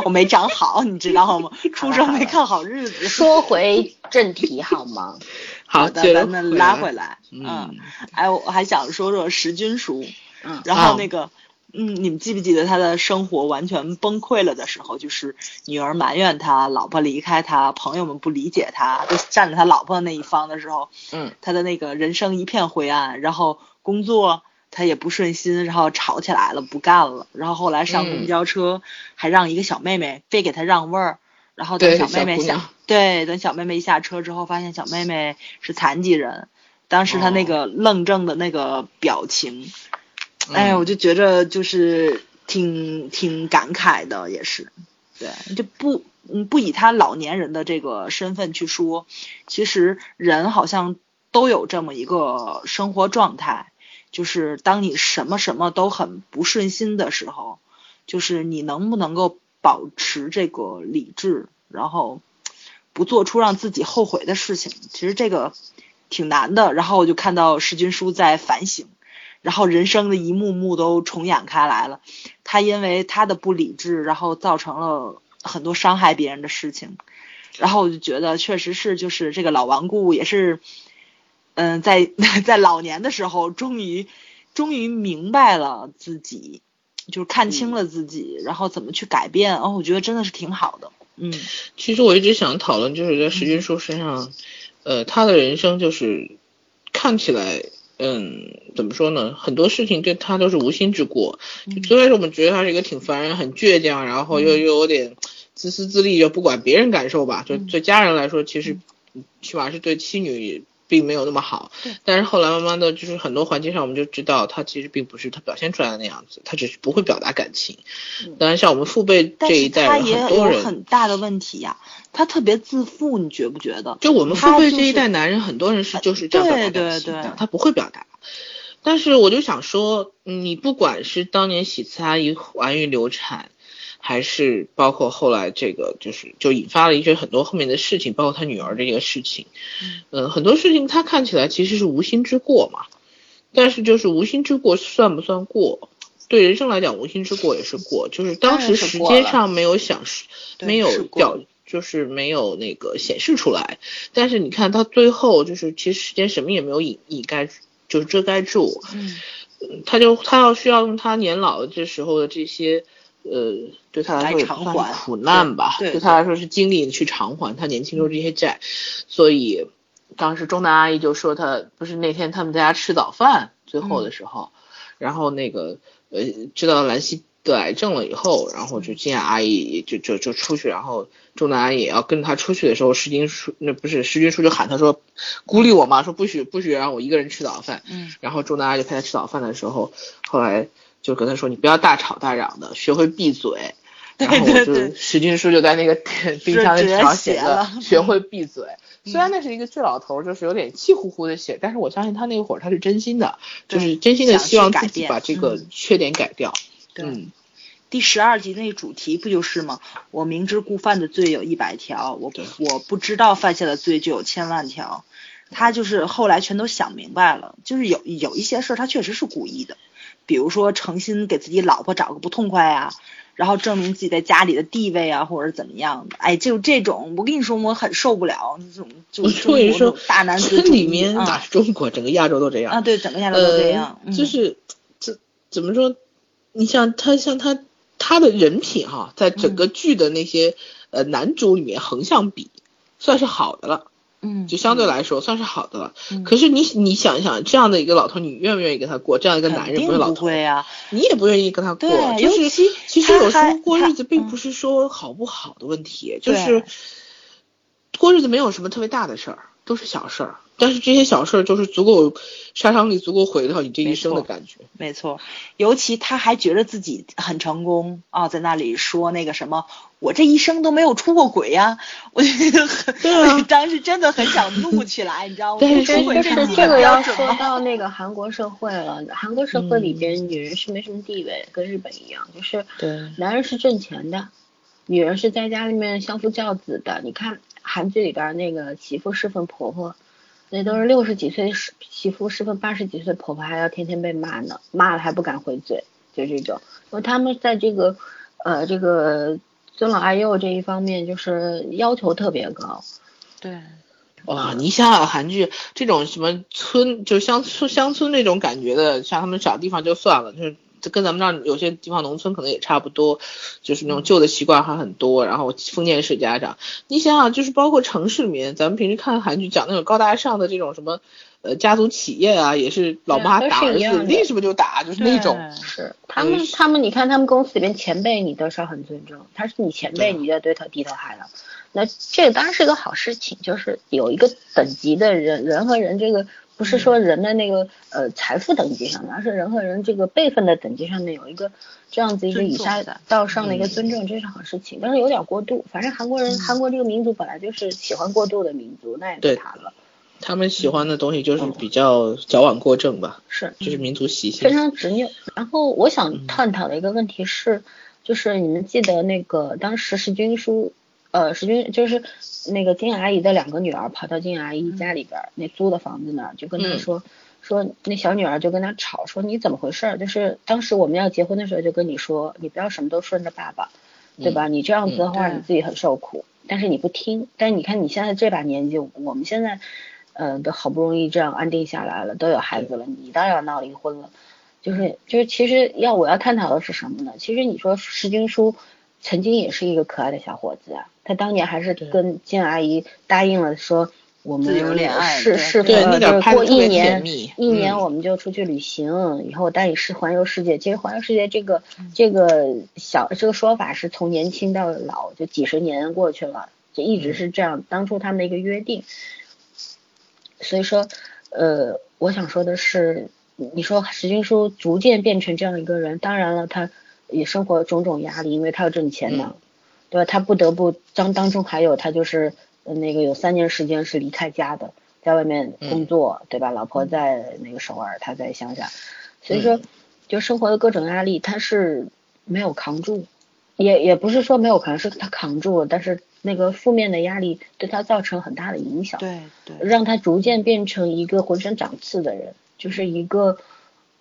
Speaker 4: 我没长好，你知 道吗？出生没看好日子。
Speaker 2: 说回正题好吗？
Speaker 1: 好，
Speaker 4: 的，
Speaker 1: 啊接着
Speaker 4: 咱们拉
Speaker 1: 来。
Speaker 4: 回来。
Speaker 1: 嗯，
Speaker 4: 哎，我还想说说石君书，
Speaker 2: 嗯
Speaker 4: 然后
Speaker 1: 啊
Speaker 4: 那个，嗯，你们记不记得他的生活完全崩溃了的时候，就是女儿埋怨他，老婆离开他，朋友们不理解他，都站在他老婆那一方的时候，
Speaker 1: 嗯，
Speaker 4: 他的那个人生一片灰暗，然后工作他也不顺心，然后吵起来了，不干了，然后后来上公
Speaker 1: 嗯
Speaker 4: 交车、还让一个小妹妹非给他让位儿，然后等
Speaker 1: 对
Speaker 4: 小妹妹
Speaker 1: 小姑娘
Speaker 4: 下，对，等小妹妹一下车之后，发现小妹妹是残疾人，当时他那个愣怔的那个表情，
Speaker 1: 嗯
Speaker 4: 哎，我就觉着就是挺挺感慨的，也是，对，就不嗯不以他老年人的这个身份去说，其实人好像都有这么一个生活状态，就是当你什么什么都很不顺心的时候，就是你能不能够保持这个理智，然后不做出让自己后悔的事情，其实这个挺难的。然后我就看到石君书在反省，然后人生的一幕幕都重演开来了。他因为他的不理智，然后造成了很多伤害别人的事情。然后我就觉得，确实是就是这个老顽固也是，嗯，在 在老年的时候，终于终于明白了自己，就是看
Speaker 1: 嗯
Speaker 4: 清了自己，然后怎么去改变。哦，我觉得真的是挺好的。嗯，
Speaker 1: 其实我一直想讨论，就是在石君书身上，呃，他的人生就是看起来，嗯，怎么说呢？很多事情对他都是无心之过。
Speaker 4: 嗯
Speaker 1: 就最开始我们觉得他是一个挺烦人、很倔强，然后又又有点自私自利，就不管别人感受吧。
Speaker 4: 嗯
Speaker 1: 就对家人来说，其实起码是对妻女。并没有那么好，但是后来慢慢的就是很多环境上，我们就知道他其实并不是他表现出来的那样子，他只是不会表达感情。当然，像我们父辈
Speaker 4: 嗯但
Speaker 1: 这一
Speaker 4: 是
Speaker 1: 代
Speaker 4: 他
Speaker 1: 人，
Speaker 4: 也
Speaker 1: 很多
Speaker 4: 有
Speaker 1: 人
Speaker 4: 很大的问题呀、他特别自负，你觉不觉得？
Speaker 1: 就我们
Speaker 4: 他
Speaker 1: 父辈
Speaker 4: 就
Speaker 1: 这一
Speaker 4: 是
Speaker 1: 代男人，很多人是就是这样表达
Speaker 4: 呃对对
Speaker 1: 感情的
Speaker 4: 对
Speaker 1: 他不会表达。但是我就想说，嗯你不管是当年喜慈阿姨怀孕流产，还是包括后来这个，就是就引发了一些很多后面的事情，包括他女儿这个事情，嗯、很多事情他看起来其实是无心之过嘛，但是就是无心之过算不算过？对人生来讲，无心之过也是过，就是当
Speaker 4: 当然
Speaker 1: 时
Speaker 4: 是
Speaker 1: 时
Speaker 4: 过
Speaker 1: 间
Speaker 4: 了嗯
Speaker 1: 上没有享受，
Speaker 4: 对
Speaker 1: 没有
Speaker 4: 是过
Speaker 1: 表就是没有那个显示出来。但是你看他最后就是其实时间什么也没有掩掩盖，就是遮盖住，
Speaker 4: 嗯
Speaker 1: 嗯他就他要需要用他年老的这时候的这些。呃，对他来说也
Speaker 4: 来
Speaker 1: 不
Speaker 4: 偿
Speaker 1: 算
Speaker 4: 还
Speaker 1: 是苦难吧，
Speaker 4: 对对
Speaker 1: 他来说是经历去偿还他年轻时候这些债，所以当时钟南阿姨就说她不是那天他们在家吃早饭最后
Speaker 4: 嗯
Speaker 1: 的时候，然后那个呃知道兰溪得癌症了以后，然后就金雅阿姨也就就就出去，然后钟南阿姨也要跟她出去的时候，石金叔那不是石金叔就喊她说孤立我嘛，说不许不许让我一个人吃早饭，
Speaker 4: 嗯
Speaker 1: 然后钟南阿姨陪她吃早饭的时候，后来就跟她说你不要大吵大嚷的，学会闭嘴。
Speaker 4: 对
Speaker 1: 然后我
Speaker 4: 对
Speaker 1: 就
Speaker 4: 对
Speaker 1: 石金叔就在那个冰箱的纸上写
Speaker 4: 是绝写了
Speaker 1: 着“学会闭嘴”。虽
Speaker 4: 嗯
Speaker 1: 然那是一个倔老头儿，就是有点气呼呼的写，但是我相信他那会儿他是真心的，就
Speaker 4: 对
Speaker 1: 是真心的
Speaker 4: 想去
Speaker 1: 希望
Speaker 4: 改
Speaker 1: 自己
Speaker 4: 变
Speaker 1: 把这个
Speaker 4: 嗯
Speaker 1: 缺点改掉。
Speaker 4: 对
Speaker 1: 嗯
Speaker 4: 第十二集那主题不就是吗？我明知故犯的罪有一百条，我
Speaker 1: 对
Speaker 4: 我不知道犯下的罪就有千万条。他就是后来全都想明白了，就是有有一些事儿他确实是故意的，比如说诚心给自己老婆找个不痛快啊，然后证明自己在家里的地位啊，或者怎么样的。哎，就这种，我跟你说，我很受不了这种，就
Speaker 1: 我
Speaker 4: 中
Speaker 1: 跟你
Speaker 4: 国这种
Speaker 1: 说
Speaker 4: 大男子
Speaker 1: 村
Speaker 4: 主
Speaker 1: 里
Speaker 4: 义
Speaker 1: 面哪
Speaker 4: 啊
Speaker 1: 是中国，整个亚洲都这样。
Speaker 4: 啊，对，整个下来都这样
Speaker 1: 呃，，
Speaker 4: 嗯
Speaker 1: 就是这怎么说？你像他，像他，他的人品哈，在整
Speaker 4: 嗯
Speaker 1: 个剧的那些、呃男主里面横向比，算是好的了，
Speaker 4: 嗯，
Speaker 1: 就相对来说算是好的了。
Speaker 4: 嗯
Speaker 1: 可是你你想一想，这样的一个老头，你愿不愿意跟他过？这样一个男
Speaker 4: 肯
Speaker 1: 人
Speaker 4: 定
Speaker 1: 不是老
Speaker 4: 不
Speaker 1: 头，
Speaker 4: 会啊，
Speaker 1: 你也不愿意跟他过。
Speaker 4: 对
Speaker 1: 就是
Speaker 4: 尤其
Speaker 1: 其实有时
Speaker 4: 他
Speaker 1: 候
Speaker 4: 还
Speaker 1: 过日子
Speaker 4: 他
Speaker 1: 并
Speaker 4: 嗯
Speaker 1: 不是说好不好的问题，就
Speaker 4: 对
Speaker 1: 是过日子没有什么特别大的事儿，都是小事儿。但是这些小事儿就是足够杀伤力，足够毁掉你这一
Speaker 4: 没
Speaker 1: 生的
Speaker 4: 错
Speaker 1: 感觉。
Speaker 4: 没错，尤其他还觉得自己很成功啊，在那里说那个什么，我这一生都没有出过轨呀、 我觉得很，
Speaker 1: 对啊
Speaker 4: 当时真的很想怒起来，你知道吗？
Speaker 1: 但是
Speaker 4: 出
Speaker 1: 中
Speaker 4: 轨
Speaker 1: 国
Speaker 2: 但
Speaker 1: 是
Speaker 2: 是
Speaker 4: 是第一
Speaker 2: 这个
Speaker 4: 标
Speaker 2: 要
Speaker 4: 准
Speaker 2: 说
Speaker 4: 吗？嗯
Speaker 2: 到那个韩国社会了，韩国社会里边女人是没什么地位，跟日本一样，就是
Speaker 1: 对
Speaker 2: 男人是挣钱的，女人是在家里面相夫教子的。你看韩剧里边那个媳妇侍奉婆婆，那都是六十几岁侍媳妇侍奉八十几岁婆婆，还要天天被骂呢，骂了还不敢回嘴，就这种。因为他们在这个呃这个尊老爱幼这一方面，就是要求特别高。
Speaker 4: 对，
Speaker 1: 哇，你想想韩剧这种什么村，就乡村乡村那种感觉的，像他们小地方就算了，就是跟咱们这儿有些地方农村可能也差不多，就是那种旧的习惯还很多，然后封建式家长。你想想，就是包括城市里面，咱们平时看韩剧讲那种高大上的这种什么。呃，家族企业啊，也是老
Speaker 2: 对啊
Speaker 1: 妈
Speaker 2: 都
Speaker 1: 打
Speaker 2: 是一
Speaker 1: 儿
Speaker 2: 样
Speaker 1: 子，
Speaker 2: 的
Speaker 1: 立什么就打，就是那种。
Speaker 2: 是他们，他们你看他们公司里边前辈，你都是要很尊重，他是你前辈，
Speaker 1: 对
Speaker 2: 你就要对他低头喊了。那这个当然是个好事情，就是有一个等级的人，人和人这个不是说人的那个呃财富等级上面，而是人和人这个辈分的等级上面有一个这样子一个
Speaker 4: 尊
Speaker 2: 以
Speaker 4: 重
Speaker 2: 下
Speaker 4: 在
Speaker 2: 到上的一个尊重，这是好事情，但是有点过度。反正韩国人，韩国这个民族本来就是喜欢过度的民族，那也
Speaker 1: 对
Speaker 2: 没谈了。
Speaker 1: 他们喜欢的东西
Speaker 2: 嗯
Speaker 1: 就是比较矫枉过正吧，
Speaker 2: 是，
Speaker 1: 就是民族习性
Speaker 2: 非。常执拗。然后我想
Speaker 4: 嗯
Speaker 2: 探讨的一个问题是，就是你们记得那个当时石军叔，呃，石军就是那个金阿姨的两个女儿跑到金阿
Speaker 4: 嗯
Speaker 2: 姨家里边儿、那租的房子那儿，就跟她
Speaker 1: 嗯
Speaker 2: 说。说那小女儿就跟她吵，说你怎么回事儿？就是当时我们要结婚的时候就跟你说，你不要什么都顺着爸爸，对吧？你这样子的话，
Speaker 4: 嗯对
Speaker 2: 你自己很受苦，但是你不听。但是你看你现在这把年纪，我们现在，呃，都好不容易这样安定下来了，都有孩子了，你当然要闹离婚了。就是就是，其实要我要探讨的是什么呢？其实你说石经书曾经也是一个可爱的小伙子啊，他当年还是
Speaker 1: 对
Speaker 2: 跟金阿姨答应了说。我们
Speaker 4: 自由恋爱
Speaker 2: 是
Speaker 4: 对
Speaker 2: 是
Speaker 1: 对那点儿
Speaker 2: 呃
Speaker 1: 拍得
Speaker 2: 过
Speaker 1: 特
Speaker 2: 一
Speaker 1: 别甜
Speaker 2: 年
Speaker 1: 蜜
Speaker 2: 一年
Speaker 1: 嗯
Speaker 2: 我们就出去旅行，以后带你是环游世界。其实环游世界这个这个小这个说法是从年轻到老，就几十年过去了，就一直是这样。当初他们的一个约定，所以说，呃，我想说的是，你说石军叔逐渐变成这样一个人，当然了，他也生活种种压力，因为他要挣钱嘛，对吧？他不得不当当中还有他就是呃那个有三年时间是离开家的，在外面工作，对吧？老婆在那个首尔，他在乡下，所以说，就生活的各种压力，他是没有扛住，也也不是说没有扛，是他扛住了，但是那个负面的压力对他造成很大的影响。
Speaker 4: 对对，
Speaker 2: 让他逐渐变成一个浑身长刺的人，就是一个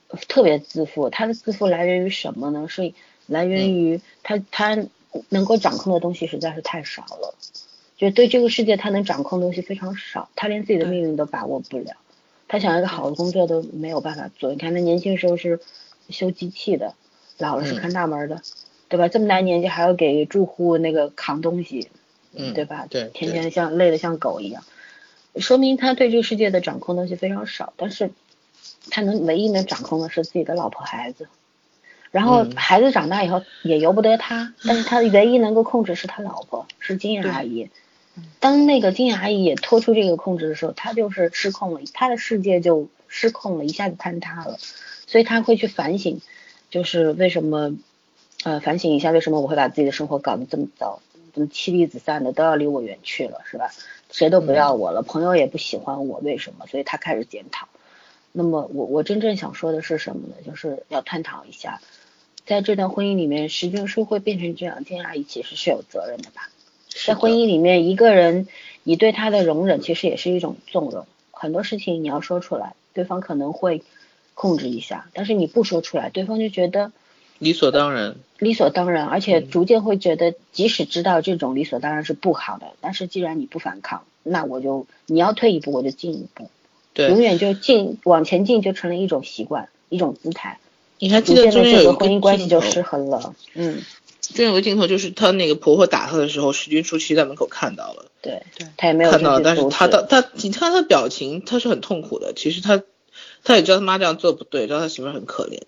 Speaker 2: 呃特别自负。他的自负来源于什么呢？是来源于他他能够掌控的东西实在是太少了，就对这个世界他能掌控的东西非常少，他连自己的命运都把握不了，他想要一个好的工作都没有办法做。你看他年轻时候是修机器的，老了是
Speaker 1: 嗯
Speaker 2: 看大门的，对吧？这么大年纪还要给住户那个扛东西，
Speaker 1: 嗯
Speaker 2: 对吧？
Speaker 1: 对
Speaker 2: 天
Speaker 1: 对
Speaker 2: 天像累得像狗一样，说明他对这个世界的掌控东西非常少，但是他能唯一能掌控的是自己的老婆孩子。然后
Speaker 1: 嗯
Speaker 2: 孩子长大以后也由不得他，但是他唯一能够控制是他老婆，是金雅阿姨。当那个金雅阿姨也脱出这个控制的时候，他就是失控了，他的世界就失控了，一下子坍塌了。所以他会去反省，就是为什么，呃，反省一下为什么我会把自己的生活搞得这么糟，这么妻离子散的，都要离我远去了，是吧？谁都不要我了，朋友也不喜欢我，为什么？所以他开始检讨。那么我我真正想说的是什么呢？就是要探讨一下，在这段婚姻里面，石静书会变成这样，金阿姨其实是有责任的吧？在婚姻里面，一个人你对他的容忍，其实也是一种纵容。很多事情你要说出来，对方可能会控制一下，但是你不说出来，对方就觉得
Speaker 1: 理所当然。
Speaker 2: 理所当然，而且
Speaker 1: 嗯
Speaker 2: 逐渐会觉得，即使知道这种理所当然是不好的，但是既然你不反抗，那我就你要退一步，我就进一步，永
Speaker 1: 对，
Speaker 2: 远就进往前进，就成了一种习惯，一种姿态，
Speaker 1: 你还
Speaker 2: 逐
Speaker 1: 记得
Speaker 2: 渐
Speaker 1: 中
Speaker 2: 的
Speaker 1: 间
Speaker 2: 这
Speaker 1: 有
Speaker 2: 个
Speaker 1: 一个
Speaker 2: 婚姻关系就
Speaker 1: 镜头
Speaker 2: 失衡了。嗯，
Speaker 1: 中间有个镜头，就是她那个婆婆打她的时候，石君书其实在门口看到了，
Speaker 2: 对
Speaker 4: 对，
Speaker 2: 他也没有
Speaker 1: 看到了，
Speaker 2: 进去
Speaker 1: 但是
Speaker 2: 阻
Speaker 1: 她
Speaker 2: 止
Speaker 1: 的她，你看她的表情，她是很痛苦的。其实她，她也知道她妈这样做不对，知道她媳妇儿很可怜，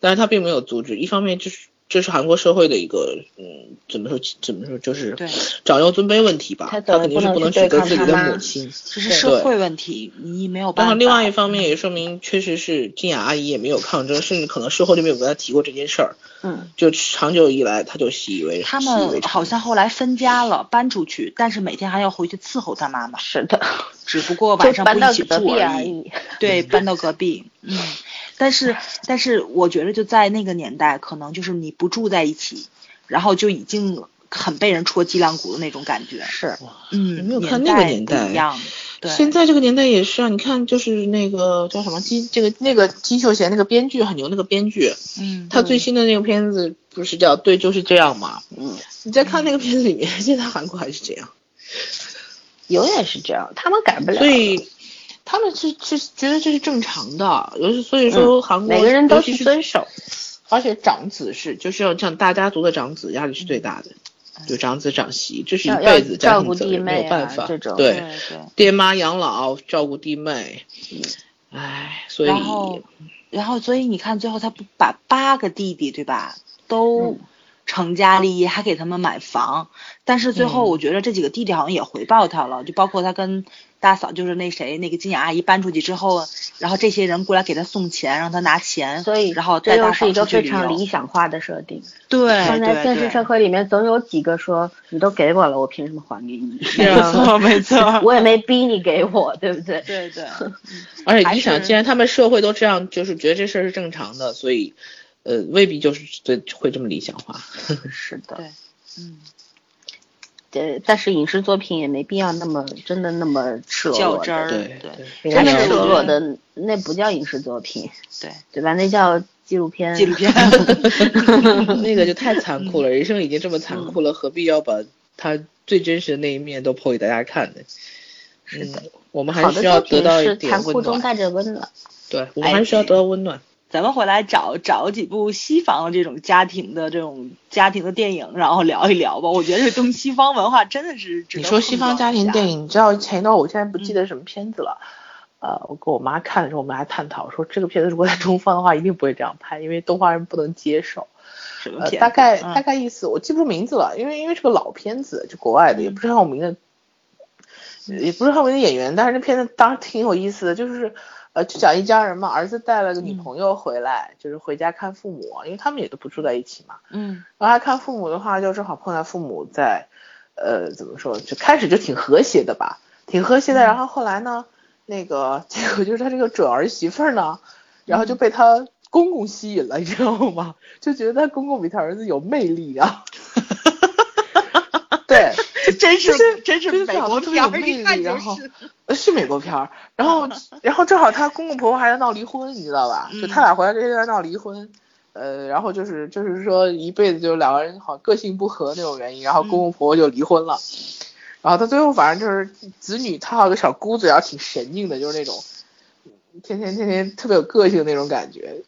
Speaker 1: 但是她并没有阻止。一方面就是这是韩国社会的一个，嗯，怎么说怎么说就是
Speaker 4: 对
Speaker 1: 长幼尊卑问题吧，
Speaker 2: 她
Speaker 1: 她
Speaker 2: 怎
Speaker 1: 肯定
Speaker 2: 么
Speaker 1: 是不
Speaker 2: 不能
Speaker 1: 能
Speaker 2: 去
Speaker 1: 指
Speaker 2: 对
Speaker 1: 责
Speaker 2: 抗
Speaker 1: 自己
Speaker 2: 她
Speaker 1: 的
Speaker 2: 妈
Speaker 1: 母亲。
Speaker 4: 这是
Speaker 2: 对
Speaker 4: 社会问题，你没有办
Speaker 1: 然
Speaker 4: 法。
Speaker 1: 后另外一方面也说明，确实是金雅阿姨也没有抗争，甚至可能事后就没有跟她提过这件事儿，
Speaker 2: 嗯，
Speaker 1: 就长久以来她就习以为
Speaker 4: 他
Speaker 1: 习以为
Speaker 4: 们
Speaker 1: 常
Speaker 4: 好像后来分家了，搬出去，但是每天还要回去伺候他妈妈，
Speaker 2: 是 的，
Speaker 4: 只不过晚
Speaker 2: 就
Speaker 4: 上
Speaker 2: 搬
Speaker 4: 不
Speaker 2: 到
Speaker 4: 一起
Speaker 2: 隔
Speaker 4: 住
Speaker 2: 壁
Speaker 4: 而
Speaker 2: 而
Speaker 4: 已。
Speaker 2: 已。
Speaker 4: 对，搬到隔壁。嗯，但是但是我觉得就在那个年代，可能就是你不住在一起，然后就已经很被人戳脊梁骨的那种感觉。
Speaker 2: 是，
Speaker 1: 你
Speaker 4: 嗯，
Speaker 1: 没有看那个年
Speaker 4: 代
Speaker 1: 代
Speaker 4: 不一样。对，
Speaker 1: 现在这个年代也是啊，你看就是那个叫什么金，这个那个金秀贤那个编剧很牛，那个编剧
Speaker 4: 嗯，
Speaker 1: 他最新的那个片子不是叫《对就是这样》吗？
Speaker 2: 嗯，
Speaker 1: 你在看那个片子里面， 现在韩国还是这样，
Speaker 2: 永远是这样，他们改不了。
Speaker 1: 所以他们是是觉得这是正常的，尤其所以说韩国、
Speaker 2: 每个人都
Speaker 1: 尤其
Speaker 2: 去
Speaker 1: 是
Speaker 2: 遵守。
Speaker 1: 而且长子是就是要像大家族的长子压力是最大的，就长子长媳，这是一
Speaker 2: 嗯要要
Speaker 1: 辈子家
Speaker 2: 照
Speaker 1: 庭
Speaker 2: 顾
Speaker 1: 责
Speaker 2: 弟
Speaker 1: 任，没
Speaker 2: 妹
Speaker 1: 有
Speaker 2: 啊
Speaker 1: 办法
Speaker 2: 这种。
Speaker 4: 对
Speaker 1: 对，
Speaker 4: 对。
Speaker 1: 爹妈养老，照顾弟妹，
Speaker 2: 嗯
Speaker 1: 唉，所以
Speaker 4: 然 后，然后，所以你看，最后他不把八个弟弟，对吧，
Speaker 1: 嗯
Speaker 4: 都成家立业，还给他们买房。但是最后，
Speaker 1: 嗯
Speaker 4: 我觉得这几个弟弟好像也回报他了，就包括他跟大嫂，就是那谁，那个金雅阿姨搬出去之后，然后这些人过来给他送钱，让他拿钱，
Speaker 2: 所以，
Speaker 4: 然后
Speaker 2: 这
Speaker 4: 带
Speaker 2: 又
Speaker 4: 大
Speaker 2: 是
Speaker 4: 嫂
Speaker 2: 一个
Speaker 4: 出去
Speaker 2: 非
Speaker 4: 旅
Speaker 2: 常理
Speaker 4: 游。
Speaker 2: 想化的设定。
Speaker 1: 哎
Speaker 4: 对
Speaker 2: 放在现
Speaker 4: 对
Speaker 2: 实
Speaker 4: 对
Speaker 2: 社，会里面，总有几个说你都给我了，我凭什么还给你？
Speaker 1: 是啊，没错。
Speaker 2: 我也没逼你给我，对不对？
Speaker 4: 对对，
Speaker 1: 而且
Speaker 4: 还
Speaker 1: 你想，
Speaker 4: 是
Speaker 1: 既然他们社会都这样，就是觉得这事儿是正常的，所以，呃，未必就是对会这么理想化。
Speaker 2: 是的
Speaker 4: 对，嗯，
Speaker 2: 呃，但是影视作品也没必要那么真的那么赤裸
Speaker 4: 较
Speaker 2: 裸
Speaker 4: 真
Speaker 2: 的，
Speaker 4: 儿，
Speaker 1: 对
Speaker 4: 对
Speaker 2: 人家
Speaker 1: 但
Speaker 2: 赤
Speaker 1: 是
Speaker 2: 裸
Speaker 1: 我
Speaker 2: 裸
Speaker 1: 觉得
Speaker 2: 的那不叫影视作品，
Speaker 4: 对，
Speaker 2: 对吧？那叫纪录片。
Speaker 4: 纪录片，
Speaker 1: 那个就太残酷了，人生已经这么残酷了，何必要把他最真实的那一面都剖给大家看呢？
Speaker 2: 是的
Speaker 1: 嗯，我们还
Speaker 2: 好
Speaker 1: 是
Speaker 2: 的
Speaker 1: 需要得
Speaker 2: 作品
Speaker 1: 到一
Speaker 2: 是
Speaker 1: 点
Speaker 2: 残酷
Speaker 1: 温
Speaker 2: 中
Speaker 1: 暖，
Speaker 2: 带着温暖。
Speaker 1: 对，我们还是需要得到温暖。
Speaker 4: 咱们回来找找几部西方的这种家庭的这种家庭的电影，然后聊一聊吧。我觉得这东西方文化真的是值
Speaker 1: 你
Speaker 4: 得
Speaker 1: 说西方家庭电
Speaker 4: 影，
Speaker 1: 影，你知道前一段我现在不记得什么片子了，呃，我跟我妈看的时候，我们还探讨说这个片子如果在中方的话，一定不会这样拍，因为东方人不能接受。
Speaker 4: 什么
Speaker 1: 呃，
Speaker 4: 片？
Speaker 1: 大概
Speaker 4: 嗯
Speaker 1: 大概意思我记不住名字了，因为因为是个老片子，就国外的，也不是很有名的，也不是很有名的演员，但是那片子当时挺有意思的，就是呃，就讲一家人嘛，儿子带了个女朋友回来，就是回家看父母，因为他们也都不住在一起嘛。
Speaker 4: 嗯
Speaker 1: 然后他看父母的话，就正好碰到父母在，呃，怎么说，就开始就挺和谐的吧，挺和谐
Speaker 4: 嗯
Speaker 1: 的。然后后来呢，那个 结果就是他这个准儿媳妇儿呢，然
Speaker 4: 嗯
Speaker 1: 后就被他公公吸引了，你知道吗？就觉得他公公比他儿子有魅力 啊。对，
Speaker 4: 真是
Speaker 1: 就是
Speaker 4: 真是
Speaker 1: 就是
Speaker 4: 美
Speaker 1: 小
Speaker 4: 国片儿，
Speaker 1: 时候有
Speaker 4: 一
Speaker 1: 魅
Speaker 4: 看
Speaker 1: 力
Speaker 4: 就
Speaker 1: 然后
Speaker 4: 是。
Speaker 1: 呃是美国片儿，然后然后正好他公公婆婆还在闹离婚，你知道吧？就他俩回来这在闹离婚，呃，然后就是就是说一辈子就两个人好像个性不合那种原因，然后公公婆婆就离婚了，然后到最后反正就是子女，他有个小姑子，然后挺神经的，就是那种天天天天特别有个性那种感觉，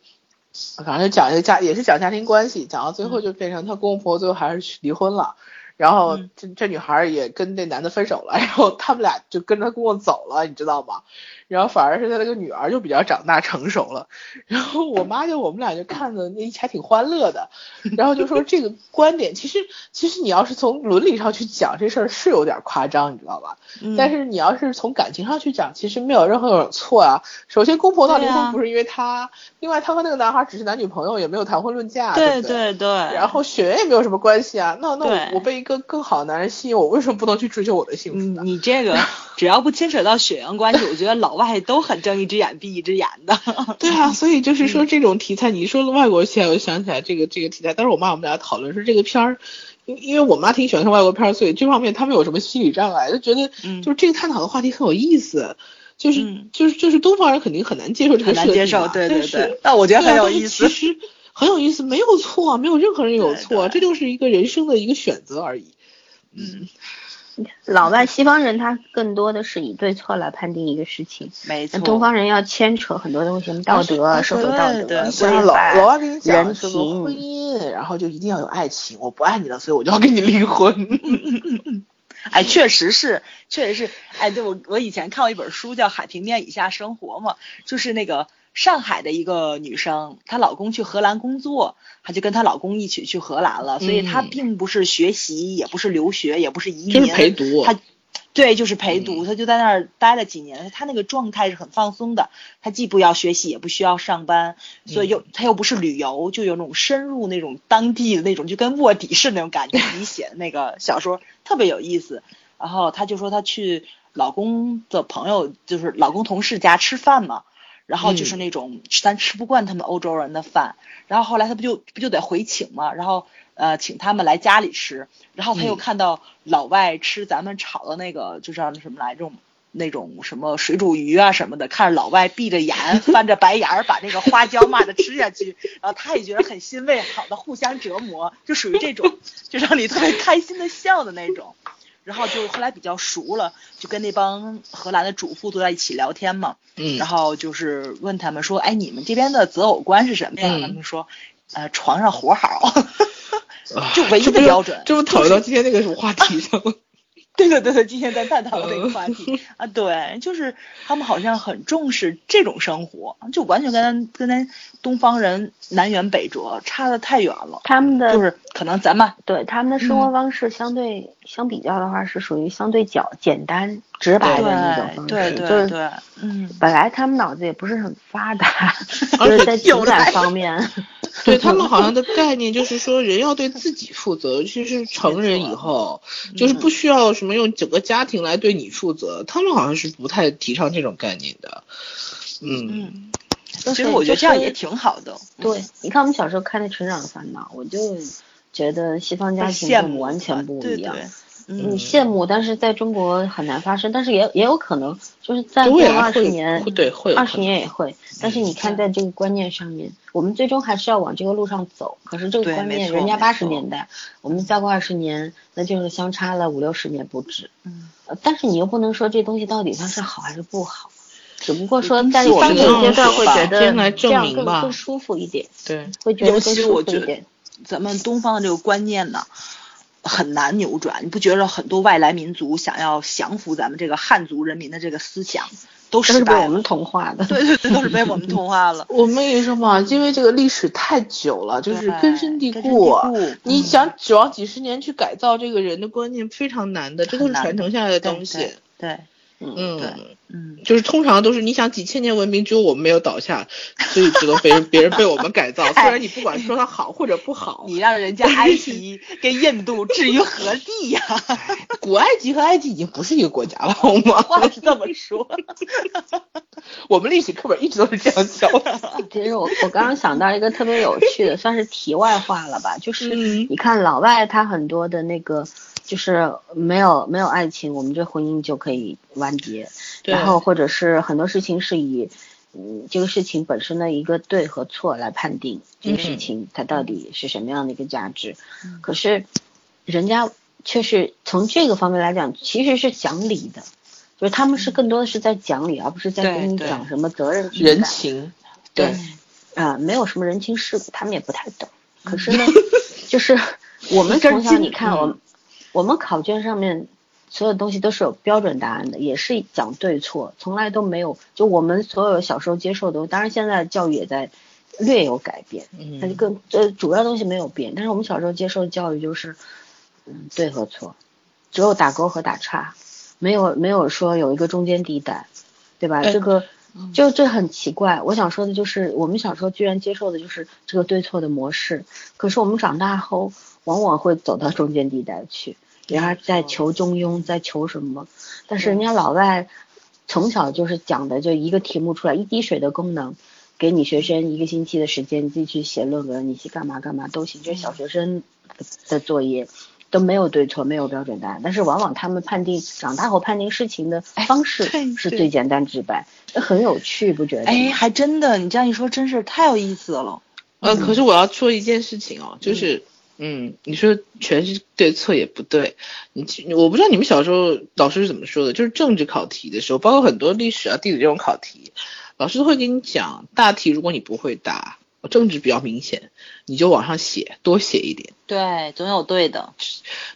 Speaker 1: 反正就讲一个家也是讲家庭关系，讲到最后就变成他公公婆婆最后还是去离婚了。然后
Speaker 4: 嗯
Speaker 1: 这这女孩儿也跟这男的分手了，然后他们俩就跟着她公公走了，你知道吗？然后反而是她那个女儿就比较长大成熟了，然后我妈就我们俩就看的那一起还挺欢乐的，然后就说这个观点其实其实你要是从伦理上去讲这事儿是有点夸张，你知道吧？
Speaker 4: 嗯
Speaker 1: 但是你要是从感情上去讲，其实没有任何错啊。首先，公婆闹离
Speaker 4: 对啊
Speaker 1: 婚不是因为她，另外她和那个男孩只是男女朋友，也没有谈婚论嫁，
Speaker 4: 对
Speaker 1: 不
Speaker 4: 对对，
Speaker 1: 然后血缘也没有什么关系啊。那那
Speaker 4: 对
Speaker 1: 我我被一个更好的男人吸引，我为什么不能去追求我的幸福
Speaker 4: 你
Speaker 1: 呢？
Speaker 4: 你 这个只要不牵扯到血缘关系，我觉得老外都很睁一只眼闭一只眼的。
Speaker 1: 对啊，所以就是
Speaker 4: 嗯
Speaker 1: 说这种题材，你说外国戏，我就想起来这个这个题材。当时我妈我们俩讨论说这个片儿，因因为我妈挺喜欢看外国片儿，所以这方面他们有什么心理障碍，就觉得
Speaker 4: 嗯
Speaker 1: 就是这个探讨的话题很有意思。就是、
Speaker 4: 嗯
Speaker 1: 就是就是东方人肯定很难接受这个
Speaker 4: 很
Speaker 1: 设
Speaker 4: 难
Speaker 1: 定
Speaker 4: 接
Speaker 1: 啊
Speaker 4: 受，对
Speaker 1: 但
Speaker 4: 对
Speaker 1: 是
Speaker 4: 对，但我觉得
Speaker 1: 对
Speaker 4: 很
Speaker 1: 啊
Speaker 4: 有
Speaker 1: 但是
Speaker 4: 意思
Speaker 1: 其。实很有意思，没有错啊，没有任何人有错啊，这
Speaker 4: 对对
Speaker 1: 就是一个人生的一个选择而已。
Speaker 2: 老外西方人他更多的是以对错来判定一个事情，
Speaker 4: 没错，啊
Speaker 2: 那东方人要牵扯很多东西，什么道德、
Speaker 1: 而
Speaker 2: 社
Speaker 1: 且
Speaker 2: 会道
Speaker 4: 对
Speaker 2: 德、哎
Speaker 4: 对
Speaker 1: 所以老
Speaker 2: 规范
Speaker 1: 老外跟你讲
Speaker 2: 人
Speaker 1: 是说
Speaker 2: 情
Speaker 1: 婚姻，然后就一定要有爱情，我不爱你了，所以我就要跟你离婚。
Speaker 4: 哎，确实是，确实是，哎，对我我以前看过一本书叫《海平面以下生活》嘛，就是那个上海的一个女生，她老公去荷兰工作，她就跟她老公一起去荷兰了，所以她
Speaker 1: 嗯
Speaker 4: 并不是学习，也不是留学，也不是移民，
Speaker 1: 就是陪读
Speaker 4: 她对，就是陪读，她就在那儿待了几年，她那个状态是很放松的，她既不要学习，也不需要上班，所以又她又不是旅游，就有那种深入那种当地的那种，就跟卧底似的那种感觉。你写的那个小说特别有意思，然后她就说她去老公的朋友，就是老公同事家吃饭嘛。然后就是
Speaker 1: 嗯
Speaker 4: 那种咱吃不惯他们欧洲人的饭，然后后来她不就不就得回请嘛，然后呃请他们来家里吃，然后她
Speaker 1: 嗯
Speaker 4: 又看到老外吃咱们炒的那个，就叫什么来着？那种什么水煮鱼啊什么的，看着老外闭着眼翻着白眼儿把那个花椒骂的吃下去， 然后她也觉得很欣慰，好的互相折磨，就属于这种， 就让你特别开心的笑的那种。然后就后来比较熟了，就跟那帮荷兰的主妇坐在一起聊天嘛，
Speaker 1: 嗯
Speaker 4: 然后就是问他们说，哎，你们这边的择偶观是什么呀？
Speaker 1: 嗯
Speaker 4: 他们说，呃，床上活好，
Speaker 1: 啊
Speaker 4: 就唯一
Speaker 1: 这不
Speaker 4: 的
Speaker 1: 就
Speaker 4: 标准。
Speaker 1: 这不讨论到今天那个什么话题上了？
Speaker 4: 对对对对，今天在探讨
Speaker 2: 嗯
Speaker 4: 这个话题啊，对，就是他们好像很重视这种生活，就完全跟咱跟咱东方人南辕北辙，差的太远了。
Speaker 2: 他们的
Speaker 4: 就是嗯可能咱们
Speaker 2: 对他们的生活方式相对、相比较的话，是属于相对较简单、直白的那种方式。
Speaker 4: 对
Speaker 2: 就
Speaker 4: 对
Speaker 2: 是
Speaker 4: 对，嗯，
Speaker 2: 本来他们脑子也不是很发 达，就是在情感方面，
Speaker 1: 对他们好像的概念就是说，人要对自己负责，尤其是成人以后，就是不需要什么用整个家庭来对你负责。他们好像是不太提倡这种概念的。嗯，
Speaker 4: 嗯，
Speaker 2: 就
Speaker 4: 其
Speaker 2: 是
Speaker 4: 实我觉得这样也
Speaker 2: 就是
Speaker 4: 挺好的。
Speaker 2: 对，你看我们小时候看那《成长的烦恼》，我就觉得西方家庭跟
Speaker 4: 羡
Speaker 2: 我
Speaker 4: 慕
Speaker 2: 们完全不
Speaker 4: 对
Speaker 2: 一样。
Speaker 4: 对嗯
Speaker 2: 你羡慕，但是在中国很难发生，但是也也有可能，就是再过
Speaker 1: 对啊，
Speaker 2: 二十
Speaker 1: 会
Speaker 2: 年
Speaker 1: 会，对会有
Speaker 2: 二
Speaker 1: 可
Speaker 2: 十
Speaker 1: 能
Speaker 2: 年也会。但是你看，
Speaker 4: 嗯
Speaker 2: 在这个观念上面，我们最终还是要往这个路上走。可是这个
Speaker 4: 对
Speaker 2: 观
Speaker 4: 没
Speaker 2: 念，
Speaker 4: 错
Speaker 2: 人家
Speaker 4: 没
Speaker 2: 八十
Speaker 4: 错
Speaker 2: 年代，我们再过二十年，那就是相差了五六十年不止。
Speaker 4: 嗯
Speaker 2: 呃但是你又不能说这东西到底它是好还是不好，只不过说
Speaker 4: 嗯
Speaker 2: 在
Speaker 4: 西
Speaker 2: 我
Speaker 4: 方
Speaker 2: 们
Speaker 4: 的
Speaker 2: 这个阶
Speaker 4: 人
Speaker 2: 段
Speaker 4: 说
Speaker 2: 会
Speaker 4: 吧
Speaker 2: 觉
Speaker 1: 先来
Speaker 2: 得这
Speaker 1: 证
Speaker 2: 样
Speaker 1: 明
Speaker 2: 更
Speaker 1: 吧
Speaker 2: 更舒服一点，
Speaker 1: 对。。
Speaker 2: 会觉得更
Speaker 4: 尤其
Speaker 2: 舒
Speaker 4: 我
Speaker 2: 服
Speaker 4: 觉
Speaker 2: 一
Speaker 4: 得
Speaker 2: 点。
Speaker 4: 咱们东方的这个观念呢，很难扭转。你不觉得很多外来民族想要降服咱们这个汉族人民的这个思想都
Speaker 2: 这是
Speaker 4: 失
Speaker 2: 被
Speaker 4: 败
Speaker 2: 我
Speaker 4: 了？
Speaker 2: 们同化的。
Speaker 4: 对对对，都是被我们同化了
Speaker 1: 我们也说嘛，因为这个历史太久了，就是
Speaker 4: 对
Speaker 1: 根深蒂
Speaker 4: 根深蒂固
Speaker 1: 你
Speaker 4: 嗯
Speaker 1: 想指望几十年去改造这个人的观念非常难的，这都是
Speaker 4: 很难
Speaker 1: 传承下来的
Speaker 4: 对
Speaker 1: 东西
Speaker 4: 对。对，
Speaker 2: 嗯，
Speaker 1: 嗯，
Speaker 4: 对嗯，
Speaker 1: 就是通常都是你想几千年文明，只有我们没有倒下，所以只能别人别人被我们改造。 虽然你不管说它好或者不好，
Speaker 4: 你让人家埃及跟印度置于何地呀、
Speaker 1: 古埃及和埃及已经不是一个国家了，好吗？
Speaker 4: 话是这么说，
Speaker 1: 我们历史课本一直都是这样教的。
Speaker 2: 其实我我刚刚想到一个特别有趣的，算是题外话了吧，就是
Speaker 1: 嗯
Speaker 2: 你看老外他很多的那个就是没有没有爱情，我们这婚姻就可以完结，
Speaker 1: 对
Speaker 2: 然后或者是很多事情是以嗯这个事情本身的一个对和错来判定这个事情它到底是什么样的一个价值。
Speaker 4: 嗯
Speaker 2: 可是人家却是从这个方面来讲，其实是讲理的，就是他们是更多的是在讲理，而不是在
Speaker 4: 对
Speaker 2: 跟你
Speaker 4: 嗯对
Speaker 2: 讲什么责任情
Speaker 1: 人
Speaker 2: 感
Speaker 1: 情，
Speaker 2: 对
Speaker 1: 对，
Speaker 2: 啊、没有什么人情世故，他们也不太懂。可是呢，就是我们
Speaker 4: 一根
Speaker 2: 从小
Speaker 4: 筋
Speaker 2: 你看，我们我们考卷上面所有东西都是有标准答案的，也是讲对错，从来都没有。就我们所有小时候接受的，当然现在教育也在略有改变，但
Speaker 1: 嗯，
Speaker 2: 是更呃主要东西没有变。但是我们小时候接受的教育就是，嗯，对和错，只有打勾和打叉，没有没有说有一个中间地带，对吧？
Speaker 1: 哎
Speaker 2: 这个就这很奇怪。我想说的就是，我们小时候居然接受的就是这个对错的模式，可是我们长大后往往会走到中间地带去，人家在求中庸，在求什么？但是人家老外从小就是讲的，就一个题目出来，一滴水的功能。给你学生一个星期的时间，你自己去写论文，你去干嘛干嘛都行，这是小
Speaker 4: 嗯
Speaker 2: 学生的作业，都没有对错，没有标准答案。但是往往他们判定长大后判定事情的方
Speaker 4: 哎对
Speaker 2: 式是
Speaker 4: 对
Speaker 2: 最简单直白，这很有趣，不觉得吗？
Speaker 4: 哎，还真的，你这样一说，真是太有意思了。
Speaker 1: 呃，可是我要说一件事情哦，就是，嗯，你说全是对错也不对，你去我不知道你们小时候老师是怎么说的，就是政治考题的时候，包括很多历史啊、地理这种考题，老师都会给你讲，大题如果你不会答，政治比较明显，你就往上写，多写一点，
Speaker 4: 对，总有对的。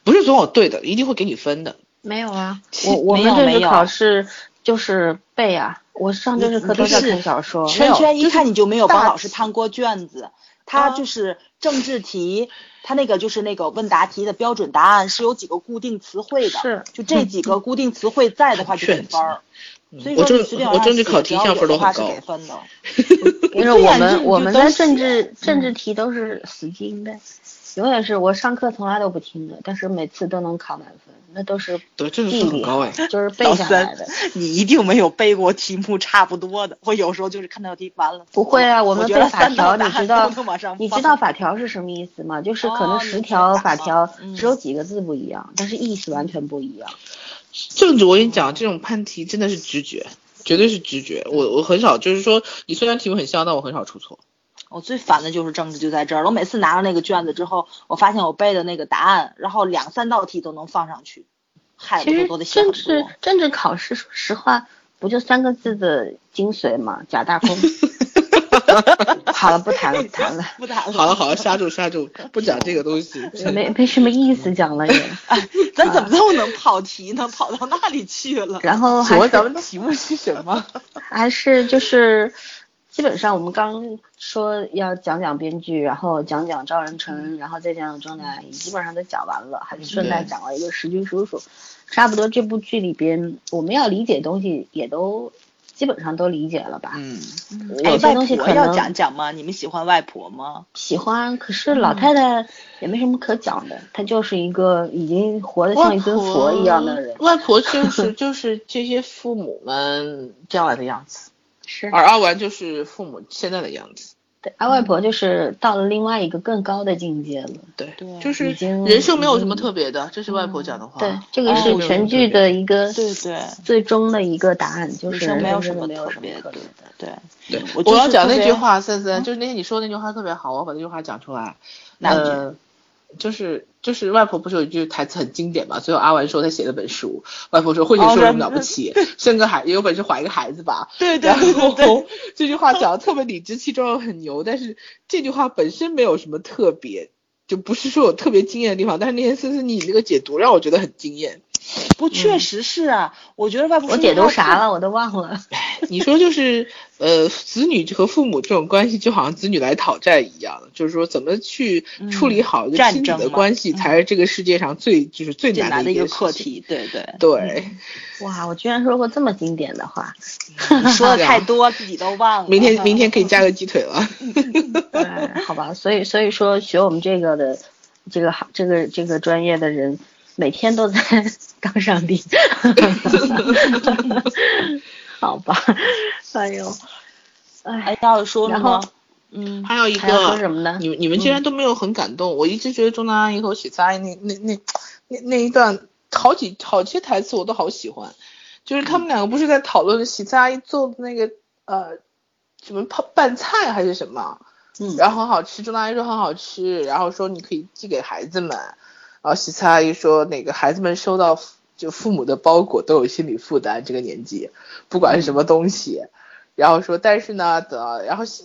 Speaker 1: 不是总有对的，一定会给你分的。
Speaker 2: 没有啊，
Speaker 1: 其
Speaker 2: 我我
Speaker 4: 没
Speaker 2: 们
Speaker 4: 有
Speaker 2: 这
Speaker 4: 没
Speaker 2: 次
Speaker 4: 有
Speaker 2: 考试就是背啊，我上政治课都在
Speaker 4: 不是
Speaker 2: 看小说，
Speaker 4: 圈圈
Speaker 1: 就
Speaker 4: 一
Speaker 1: 是
Speaker 4: 看你就没有帮
Speaker 1: 大
Speaker 4: 老师判过卷子，他就是政治题，他那个就是那个问答题的标准答案是有几个固定词汇的，
Speaker 2: 是
Speaker 4: 就这几个固定词汇在的话就给
Speaker 1: 卷子
Speaker 4: 分儿。
Speaker 1: 嗯
Speaker 4: 所以
Speaker 1: 我
Speaker 4: 说
Speaker 1: 政
Speaker 4: 你随便
Speaker 1: 我
Speaker 4: 往上
Speaker 1: 政治
Speaker 4: 写
Speaker 1: 考
Speaker 4: 只
Speaker 1: 题
Speaker 4: 要
Speaker 1: 上
Speaker 4: 有
Speaker 1: 分
Speaker 4: 的
Speaker 1: 都
Speaker 4: 话
Speaker 1: 很
Speaker 4: 是
Speaker 1: 高，
Speaker 4: 给分的。
Speaker 2: 因为
Speaker 4: 对呀
Speaker 2: 我
Speaker 4: 你这
Speaker 2: 们
Speaker 4: 你
Speaker 2: 我
Speaker 4: 就
Speaker 2: 们
Speaker 4: 都
Speaker 2: 在
Speaker 4: 写
Speaker 2: 政治政治题都是死记硬背，永远是我上课从来都不听的，但是每次都能考满分，那都是
Speaker 1: 对，政治
Speaker 2: 地
Speaker 1: 分很
Speaker 2: 理
Speaker 1: 高哎。
Speaker 2: 就是
Speaker 4: 老
Speaker 2: 背下
Speaker 4: 啊三
Speaker 2: 来的。
Speaker 4: 你一定没有背过题目差不多的，我有时候就是看到题完了。
Speaker 2: 不会啊，我们
Speaker 4: 觉
Speaker 2: 背
Speaker 4: 得
Speaker 2: 法
Speaker 4: 三
Speaker 2: 条，
Speaker 4: 道答
Speaker 2: 你
Speaker 4: 案
Speaker 2: 知道
Speaker 4: 都能往上
Speaker 2: 你知
Speaker 4: 放
Speaker 2: 道法条是什么意思吗？就是可
Speaker 4: 哦
Speaker 2: 能
Speaker 4: 你
Speaker 2: 十
Speaker 4: 知
Speaker 2: 条
Speaker 4: 道
Speaker 2: 法条
Speaker 4: 嗯
Speaker 2: 只有几个字不一样，但是意思完全不一样。
Speaker 1: 政治，我跟你讲，这种判题真的是直觉，绝对是直觉。我我很少，就是说，你虽然题目很像，但我很少出错。
Speaker 4: 我最烦的就是政治，就在这儿了。我每次拿到那个卷子之后，我发现我背的那个答案，然后两三道题都能放上去，害
Speaker 2: 其
Speaker 4: 我
Speaker 2: 实
Speaker 4: 都多的写
Speaker 2: 政
Speaker 4: 很
Speaker 2: 治
Speaker 4: 多。
Speaker 2: 政治考试，说实话不就三个字的精髓嘛，假大 空。好了，不谈了，不谈了。
Speaker 4: 不谈
Speaker 1: 好了好了，刹住刹 住，不讲这个东西。
Speaker 2: 没没什么意思讲 了也，
Speaker 4: 啊咱怎么这么能跑题呢？跑到那里去了？
Speaker 2: 然后还
Speaker 1: 请问
Speaker 2: 是
Speaker 1: 咱们题目是什 么？
Speaker 2: 还是就是，基本上我们刚说要讲讲编剧，然后讲讲赵仁成，然后再讲讲张大奕，基本上都讲完了，还顺
Speaker 4: 嗯
Speaker 2: 带讲了一个石军叔叔，差不多这部剧里边我们要理解的东西也都基本上都理解了吧？
Speaker 1: 嗯，
Speaker 2: 有
Speaker 4: 哎，
Speaker 2: 些
Speaker 4: 外
Speaker 2: 东西
Speaker 4: 婆
Speaker 2: 可
Speaker 4: 要
Speaker 2: 能
Speaker 4: 讲讲吗？你们喜欢外婆吗？
Speaker 2: 喜欢，可是老太太也没什么可讲的，她就是一个已经活得像一尊佛一样的人。
Speaker 1: 外婆就是 就是这些父母们将来的样子，
Speaker 2: 是，
Speaker 1: 而阿丸就是父母现在的样子。
Speaker 2: 对，而外婆就是到了另外一个更高的境界了。
Speaker 1: 对，
Speaker 4: 对
Speaker 1: 就是
Speaker 2: 已经
Speaker 1: 人生没有什么特别的，这是外婆讲的话。
Speaker 2: 嗯啊对，这个
Speaker 1: 哦
Speaker 2: 是全剧的一个
Speaker 4: 对对，
Speaker 2: 最终的一个答案，就是
Speaker 4: 生没有什
Speaker 2: 真的
Speaker 4: 么
Speaker 2: 没有
Speaker 4: 特
Speaker 2: 什
Speaker 4: 别
Speaker 2: 么
Speaker 4: 的
Speaker 2: 可能。，
Speaker 4: 对，
Speaker 1: 对，
Speaker 4: 我就
Speaker 1: 我要
Speaker 4: 是
Speaker 1: 讲
Speaker 4: 特
Speaker 1: 那
Speaker 4: 别嗯
Speaker 1: 句话，森森，就是那天你说的那句话特别好，我要把那句话讲出来。
Speaker 4: 哪一句
Speaker 1: 呃就是就是外婆不是有一句台词很经典嘛？最后阿丸说他写了本书，外婆说会写
Speaker 4: 哦
Speaker 1: 书有什么了不起？生个孩也有本事怀一个孩子吧。
Speaker 4: 对
Speaker 1: 然后 这句话讲的特别理直气壮，很牛，但是这句话本身没有什么特别，就不是说有特别惊艳的地方。但是那天森森你那个解读让我觉得很惊艳。
Speaker 4: 不确实是啊，我觉得外婆
Speaker 2: 我
Speaker 4: 说
Speaker 2: 解 读
Speaker 4: 那话
Speaker 2: 啥了，我都忘了。
Speaker 1: 你说就是呃，子女和父母这种关系，就好像子女来讨债一样，就是说怎么去处理好一个
Speaker 4: 嗯战
Speaker 1: 亲子
Speaker 4: 争
Speaker 1: 的
Speaker 4: 嘛
Speaker 1: 关系，
Speaker 4: 嗯
Speaker 1: 才是这个世界上最就是最
Speaker 4: 最
Speaker 1: 难
Speaker 4: 难的一
Speaker 1: 件
Speaker 4: 个
Speaker 1: 事
Speaker 4: 课
Speaker 1: 情。
Speaker 4: 题，对对。
Speaker 1: 对，
Speaker 2: 哇，我居然说过这么经典的话。
Speaker 4: 你说的
Speaker 1: 是啊
Speaker 4: 太多，自己都忘了。
Speaker 1: 明天明天可以加
Speaker 4: 嗯
Speaker 1: 个鸡腿了。
Speaker 2: 对，哎好吧，所以所以说学我们这个的这个行这个这个专业的人，每天都在 当上帝。 好吧，哎呦，哎，
Speaker 4: 哎，要说了
Speaker 2: 然后
Speaker 4: 吗？嗯，
Speaker 1: 还有一
Speaker 2: 还要说
Speaker 1: 个，
Speaker 2: 什么呢？嗯
Speaker 1: 你们你们竟然都没有很感动，我一直觉得中南阿姨和我写菜那那那那那一段好几好些台
Speaker 2: 嗯
Speaker 1: 词我都好喜欢，就是他们两个不是在讨论喜菜阿姨做的那个呃什么泡拌菜还是什么，
Speaker 4: 嗯，
Speaker 1: 然后很好吃，中大阿姨说很好吃，然后说你可以寄给孩子们，然后西餐阿姨说那个孩子们收到父就父母的包裹都有心理负担，这个年纪不管是什么东西，然后说但是呢，等然后西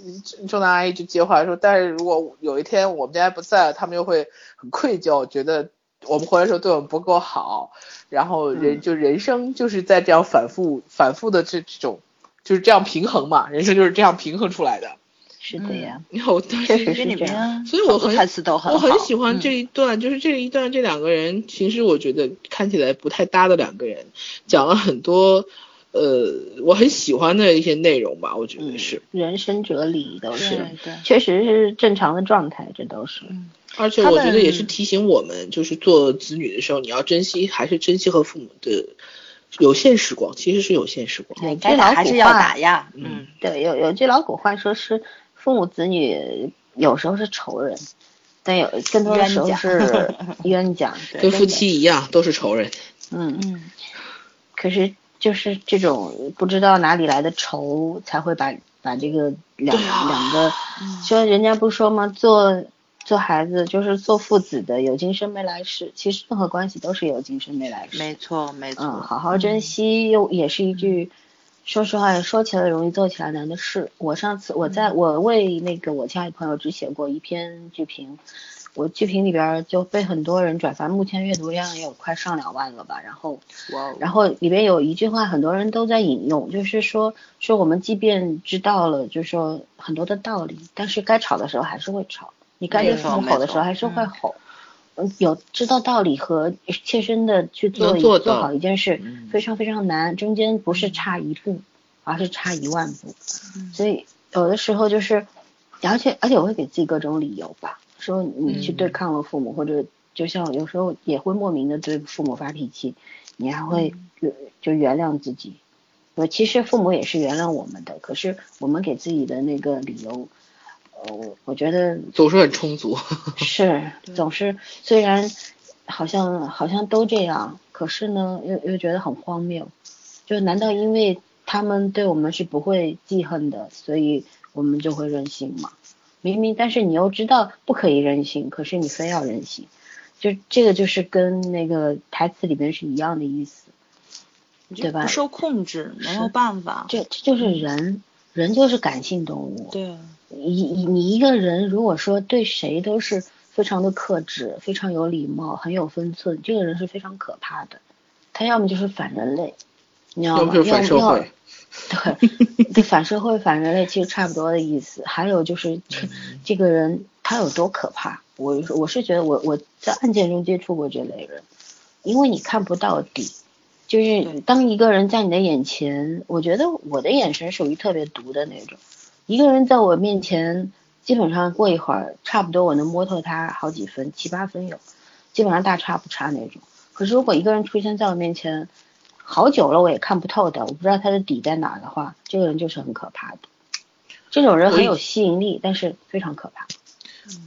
Speaker 1: 中大阿姨就接话说，但是如果有一天我们家不在了，他们又会很愧疚，觉得我们回来的时候对我们不够好，然后人、就人生就是在这样反复反复的这这种就是这样平衡嘛，人生就是这样平衡出来的。
Speaker 2: 是的呀，
Speaker 1: 然后当
Speaker 2: 确实
Speaker 1: 时
Speaker 2: 是
Speaker 4: 这里
Speaker 2: 这
Speaker 4: 面
Speaker 1: 哦所以我
Speaker 4: 很
Speaker 1: 很
Speaker 4: 台词都很
Speaker 1: 我
Speaker 4: 好，
Speaker 1: 很喜欢这
Speaker 4: 嗯
Speaker 1: 一段，就是这一段这两个人，其实我觉得看起来不太搭的两个人，讲了很多呃我很喜欢的一些内容吧，我觉得是，
Speaker 2: 嗯人生哲理都
Speaker 4: 对
Speaker 2: 是，
Speaker 4: 嗯对。
Speaker 2: 确实是正常的状态，这都是。
Speaker 1: 而且
Speaker 4: 他
Speaker 1: 我觉得也是
Speaker 4: 们
Speaker 1: 提醒我们，就是做子女的时候，你要珍惜，还是珍惜和父母的有限时光，其实是有限时光。
Speaker 2: 对，
Speaker 4: 哎嗯该
Speaker 2: 这
Speaker 4: 打
Speaker 2: 老
Speaker 4: 还是
Speaker 2: 古
Speaker 4: 要
Speaker 2: 话
Speaker 4: 打呀，
Speaker 1: 嗯
Speaker 4: 嗯，
Speaker 2: 对，有有句老古话说是父母子女有时候是仇人，但有更多的时候
Speaker 4: 冤家
Speaker 2: 是冤家，对
Speaker 1: 跟
Speaker 2: 真
Speaker 1: 夫
Speaker 2: 的
Speaker 1: 妻一样，都是仇人。
Speaker 2: 嗯，
Speaker 4: 嗯，
Speaker 2: 可是就是这种不知道哪里来的仇，才会把把这个两、
Speaker 1: 对啊
Speaker 2: 两个，说人家不说吗？做做孩子就是做父子的，有今生没来世。其实任何关系都是有今生没来世。
Speaker 4: 没错没错，
Speaker 2: 嗯，好好珍
Speaker 4: 嗯
Speaker 2: 惜，又也是一句，说实话，说起来容易，做起来难的事。我上次我在我为那个我亲爱的朋友只写过一篇剧评，我剧评里边儿就被很多人转发，目前阅读量也有快上两万了吧。然后，
Speaker 4: 哇哦，
Speaker 2: 然后里边有一句话，很多人都在引用，就是说说我们即便知道了，就是说很多的道理，但是该吵的时候还是会吵，你该对
Speaker 4: 没错
Speaker 2: 父母吼的
Speaker 4: 没
Speaker 2: 时
Speaker 4: 错
Speaker 2: 候还是会
Speaker 4: 嗯
Speaker 2: 吼。嗯，有知道道理和切身的去做
Speaker 1: 能
Speaker 2: 一
Speaker 1: 做到
Speaker 2: 好一件事
Speaker 1: 嗯，
Speaker 2: 非常非常难，中间不是差一步，而是差一万步。
Speaker 4: 嗯
Speaker 2: 所以有的时候就是，而且而且我会给自己各种理由吧，说你去对
Speaker 1: 嗯
Speaker 2: 抗了父母，或者就像有时候也会莫名的对父母发脾气，你还会就就原谅自己。我其实父母也是原谅我们的，可是我们给自己的那个理由，呃，我我觉得
Speaker 1: 总是很充足，
Speaker 2: 是，总是虽然好像好像都这样，可是呢，又又觉得很荒谬。就难道因为他们对我们是不会记恨的，所以我们就会任性吗？明明，但是你又知道不可以任性，可是你非要任性，就这个就是跟那个台词里面是一样的意思。
Speaker 4: 你就
Speaker 2: 对吧
Speaker 4: 不受控制，没有
Speaker 2: 是
Speaker 4: 办法，
Speaker 2: 这这就是人，人就是感性动物。
Speaker 4: 对，
Speaker 2: 你你你一个人如果说对谁都是非常的克制、非常有礼貌、很有分寸，这个人是非常可怕的。他要么就是反人类，你知
Speaker 4: 嗯
Speaker 2: 道
Speaker 1: 要
Speaker 2: 吗？
Speaker 1: 不就是反社
Speaker 2: 要
Speaker 1: 会。
Speaker 2: 要对，对，反社会、反人类其实差不多的意思。还有
Speaker 1: 嗯
Speaker 2: 就是这这个人他有多可怕，我我是觉得我我在案件中接触过这类人，因为你看不到底。就是
Speaker 4: 对
Speaker 2: 当一个人在你的眼前，我觉得我的眼神属于特别毒的那种。一个人在我面前，基本上过一会儿，差不多我能摸透他好几分，七八分有，基本上大差不差那种。可是如果一个人出现在我面前，好久了我也看不透的，我不知道他的底在哪儿的话，这个人就是很可怕的。这种人很有吸引力，但是非常可怕。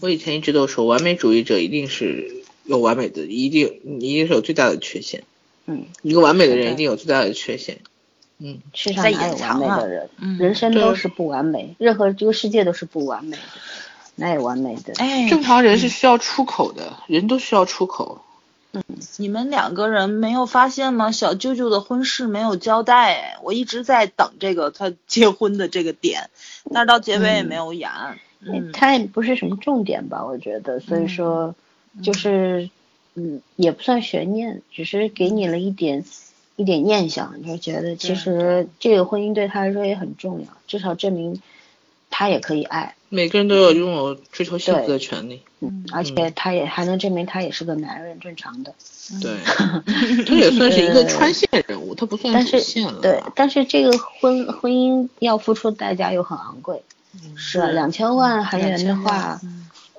Speaker 1: 我以前一直都说，完美主义者一定是有完美的，一定你一定是有最大的缺陷。
Speaker 2: 嗯，
Speaker 1: 一个完美的
Speaker 4: 是
Speaker 1: 人
Speaker 4: 的
Speaker 1: 一定有最大的缺陷。嗯，
Speaker 2: 世上
Speaker 4: 在
Speaker 2: 哪有
Speaker 4: 隐
Speaker 2: 完
Speaker 4: 藏
Speaker 2: 美
Speaker 4: 啊
Speaker 2: 的人？
Speaker 4: 嗯
Speaker 2: 人生
Speaker 1: 对
Speaker 2: 都是不完美，任何这个世界都是不完美的，哪有完美的？
Speaker 4: 哎，
Speaker 1: 正常人是需要出口的，人都需要出口。
Speaker 4: 你们两个人没有发现吗？小舅舅的婚事没有交代，哎，我一直在等这个他结婚的这个点，但是到结尾也没有演。嗯，
Speaker 2: 它也不是什么重点吧，我觉得，所以说
Speaker 4: 嗯
Speaker 2: 就是嗯，也不算悬念，只是给你了一点一点念想，就是觉得其
Speaker 4: 对
Speaker 2: 实这个婚姻对他来说也很重要，至少证明他也可以爱，
Speaker 1: 每个人都有拥有追求幸福的权利。
Speaker 2: 嗯，而且他也还能证明他也是个男人，正常的。
Speaker 1: 对，他也算是一个穿线人物，他不算
Speaker 2: 但
Speaker 1: 主
Speaker 2: 是
Speaker 1: 线了。
Speaker 2: 对，但是这个婚婚姻要付出的代价又很昂贵，
Speaker 4: 嗯
Speaker 2: 是吧？两千万韩元的话，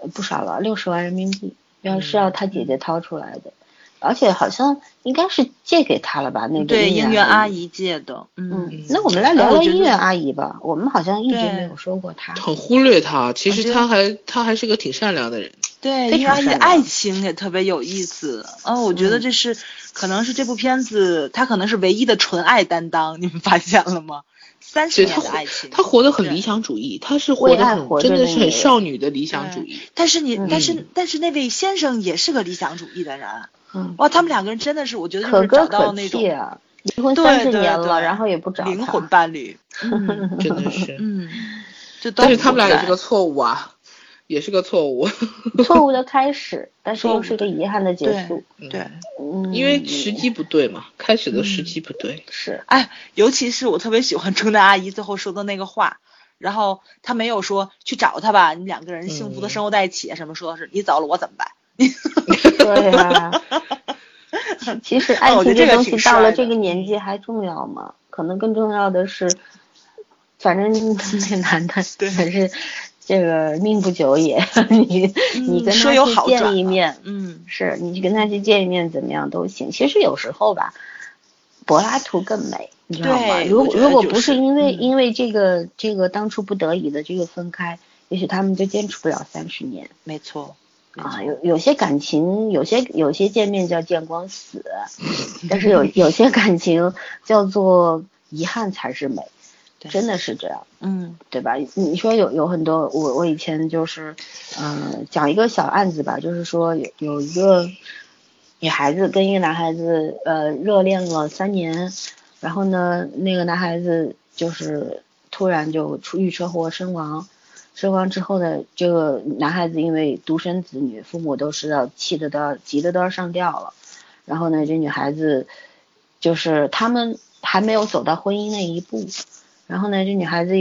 Speaker 2: 呃不少了，六十万人民币，
Speaker 4: 嗯
Speaker 2: 要是要他姐姐掏出来的，而且好像应该是借给他了吧？那个
Speaker 4: 对，
Speaker 2: 应
Speaker 4: 应援阿
Speaker 2: 姨。
Speaker 4: 姨借的。嗯，
Speaker 2: 嗯，那我们来聊
Speaker 4: 哎我
Speaker 2: 聊
Speaker 4: 觉得
Speaker 2: 应援阿姨吧，我们好像一直
Speaker 4: 对
Speaker 2: 没有说过她。
Speaker 1: 很忽略他，其
Speaker 4: 我觉
Speaker 1: 实
Speaker 4: 得
Speaker 1: 他还他还是个挺善良的人。
Speaker 4: 对，
Speaker 2: 非
Speaker 4: 应援
Speaker 2: 常
Speaker 4: 阿姨的
Speaker 2: 善良
Speaker 4: 爱情也特别有意思。嗯，我觉得这是可能是这部片子，它可能是唯一的纯爱担当，你们发现了吗？三十
Speaker 1: 对
Speaker 4: 年
Speaker 1: 他
Speaker 4: 的
Speaker 1: 活
Speaker 4: 爱情，
Speaker 1: 他活得很
Speaker 4: 对
Speaker 1: 理想主义，他是活
Speaker 2: 为
Speaker 1: 得
Speaker 2: 爱
Speaker 1: 很
Speaker 2: 活着
Speaker 1: 真的
Speaker 2: 的
Speaker 1: 是
Speaker 2: 那
Speaker 1: 很
Speaker 2: 个人
Speaker 1: 少女的理想主
Speaker 4: 对
Speaker 1: 义。
Speaker 4: 但是你，但是
Speaker 1: 嗯
Speaker 4: 但是那位先生也是个理想主义的人，
Speaker 2: 嗯，
Speaker 4: 哇，他们两个人真的是，我觉得就
Speaker 2: 可
Speaker 4: 是
Speaker 2: 歌
Speaker 4: 找到
Speaker 2: 可
Speaker 4: 那
Speaker 2: 泣
Speaker 4: 种
Speaker 2: 啊！离婚
Speaker 4: 对
Speaker 2: 三十
Speaker 4: 对
Speaker 2: 年
Speaker 4: 对
Speaker 2: 了，然后也不找
Speaker 4: 灵
Speaker 2: 他
Speaker 4: 魂伴侣， 嗯
Speaker 1: 真的是。
Speaker 4: 嗯，就都
Speaker 1: 但是他
Speaker 4: 不
Speaker 1: 们俩也
Speaker 4: 在
Speaker 1: 是个错误啊，也是个错误。
Speaker 2: 错误的开始，但是
Speaker 4: 错误
Speaker 2: 又是一个遗憾的结束。
Speaker 4: 对。
Speaker 2: 嗯，
Speaker 1: 因为时机不对嘛，开始的时机不对。
Speaker 2: 是
Speaker 4: 哎，尤其是我特别喜欢钟南阿姨最后说的那个话，然后她没有说去找他吧，你两个人幸福的
Speaker 1: 嗯
Speaker 4: 生活在一起，啊什么说的是你走了我怎么办？
Speaker 2: 对呀、 其其实爱
Speaker 4: 哦我觉
Speaker 2: 情
Speaker 4: 得这个
Speaker 2: 东
Speaker 4: 挺
Speaker 2: 西
Speaker 4: 帅
Speaker 2: 到了
Speaker 4: 的
Speaker 2: 这个年纪还重要吗？可能更重要的是，反正 那男的
Speaker 4: 对
Speaker 2: 还是这个命不久也， 你、你
Speaker 4: 嗯
Speaker 2: 跟
Speaker 4: 说
Speaker 2: 他
Speaker 4: 有
Speaker 2: 去
Speaker 4: 好转
Speaker 2: 见一
Speaker 4: 了
Speaker 2: 面，
Speaker 4: 嗯，
Speaker 2: 是你去跟他去见一面怎么样都行。其实有时候吧，柏拉图更美，你知道吗？
Speaker 4: 对
Speaker 2: 如
Speaker 4: 我
Speaker 2: 果
Speaker 4: 觉得
Speaker 2: 如果
Speaker 4: 就
Speaker 2: 不
Speaker 4: 是
Speaker 2: 是因为、
Speaker 4: 嗯
Speaker 2: 因为这个这个当初不得已的这个分开，也许他们就坚持不了三十年
Speaker 4: 没错，没
Speaker 2: 啊。
Speaker 4: 错
Speaker 2: 有有些感情，有些有些见面叫见光死，但是有有些感情叫做遗憾才是美，
Speaker 4: 对
Speaker 2: 真的是这样。
Speaker 4: 嗯
Speaker 2: 对吧？你说有有很多，我我以前就是，嗯、讲一个小案子吧，就是说有有一个女孩子跟一个男孩子，呃，热恋了三年，然后呢，那个男孩子就是突然就出遇车祸身亡，身亡之后呢，这个男孩子因为独生子女，父母都知道，气的都要急的都要上吊了，然后呢，这女孩子就是他们还没有走到婚姻那一步，然后呢，这女孩子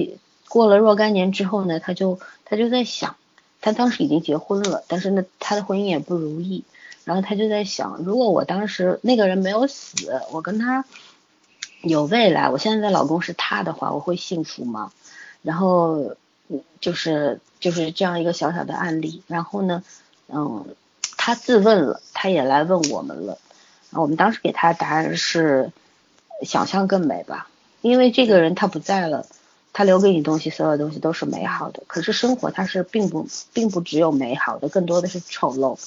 Speaker 2: 过了若干年之后呢，她就她就在想，她当时已经结婚了，但是呢，她的婚姻也不如意，然后她就在想，如果我当时那个人没有死，我跟他有未来，我现在的老公是他的话，我会幸福吗？然后嗯就是就是这样一个小小的案例，然后呢，嗯，她自问了，她也来问我们了，啊我们当时给她的答案是，想象更美吧，因为这个人他不在了，他留给你东西，所有东西都是美好的。可是生活它是并不并不只有美好的，更多的是丑陋，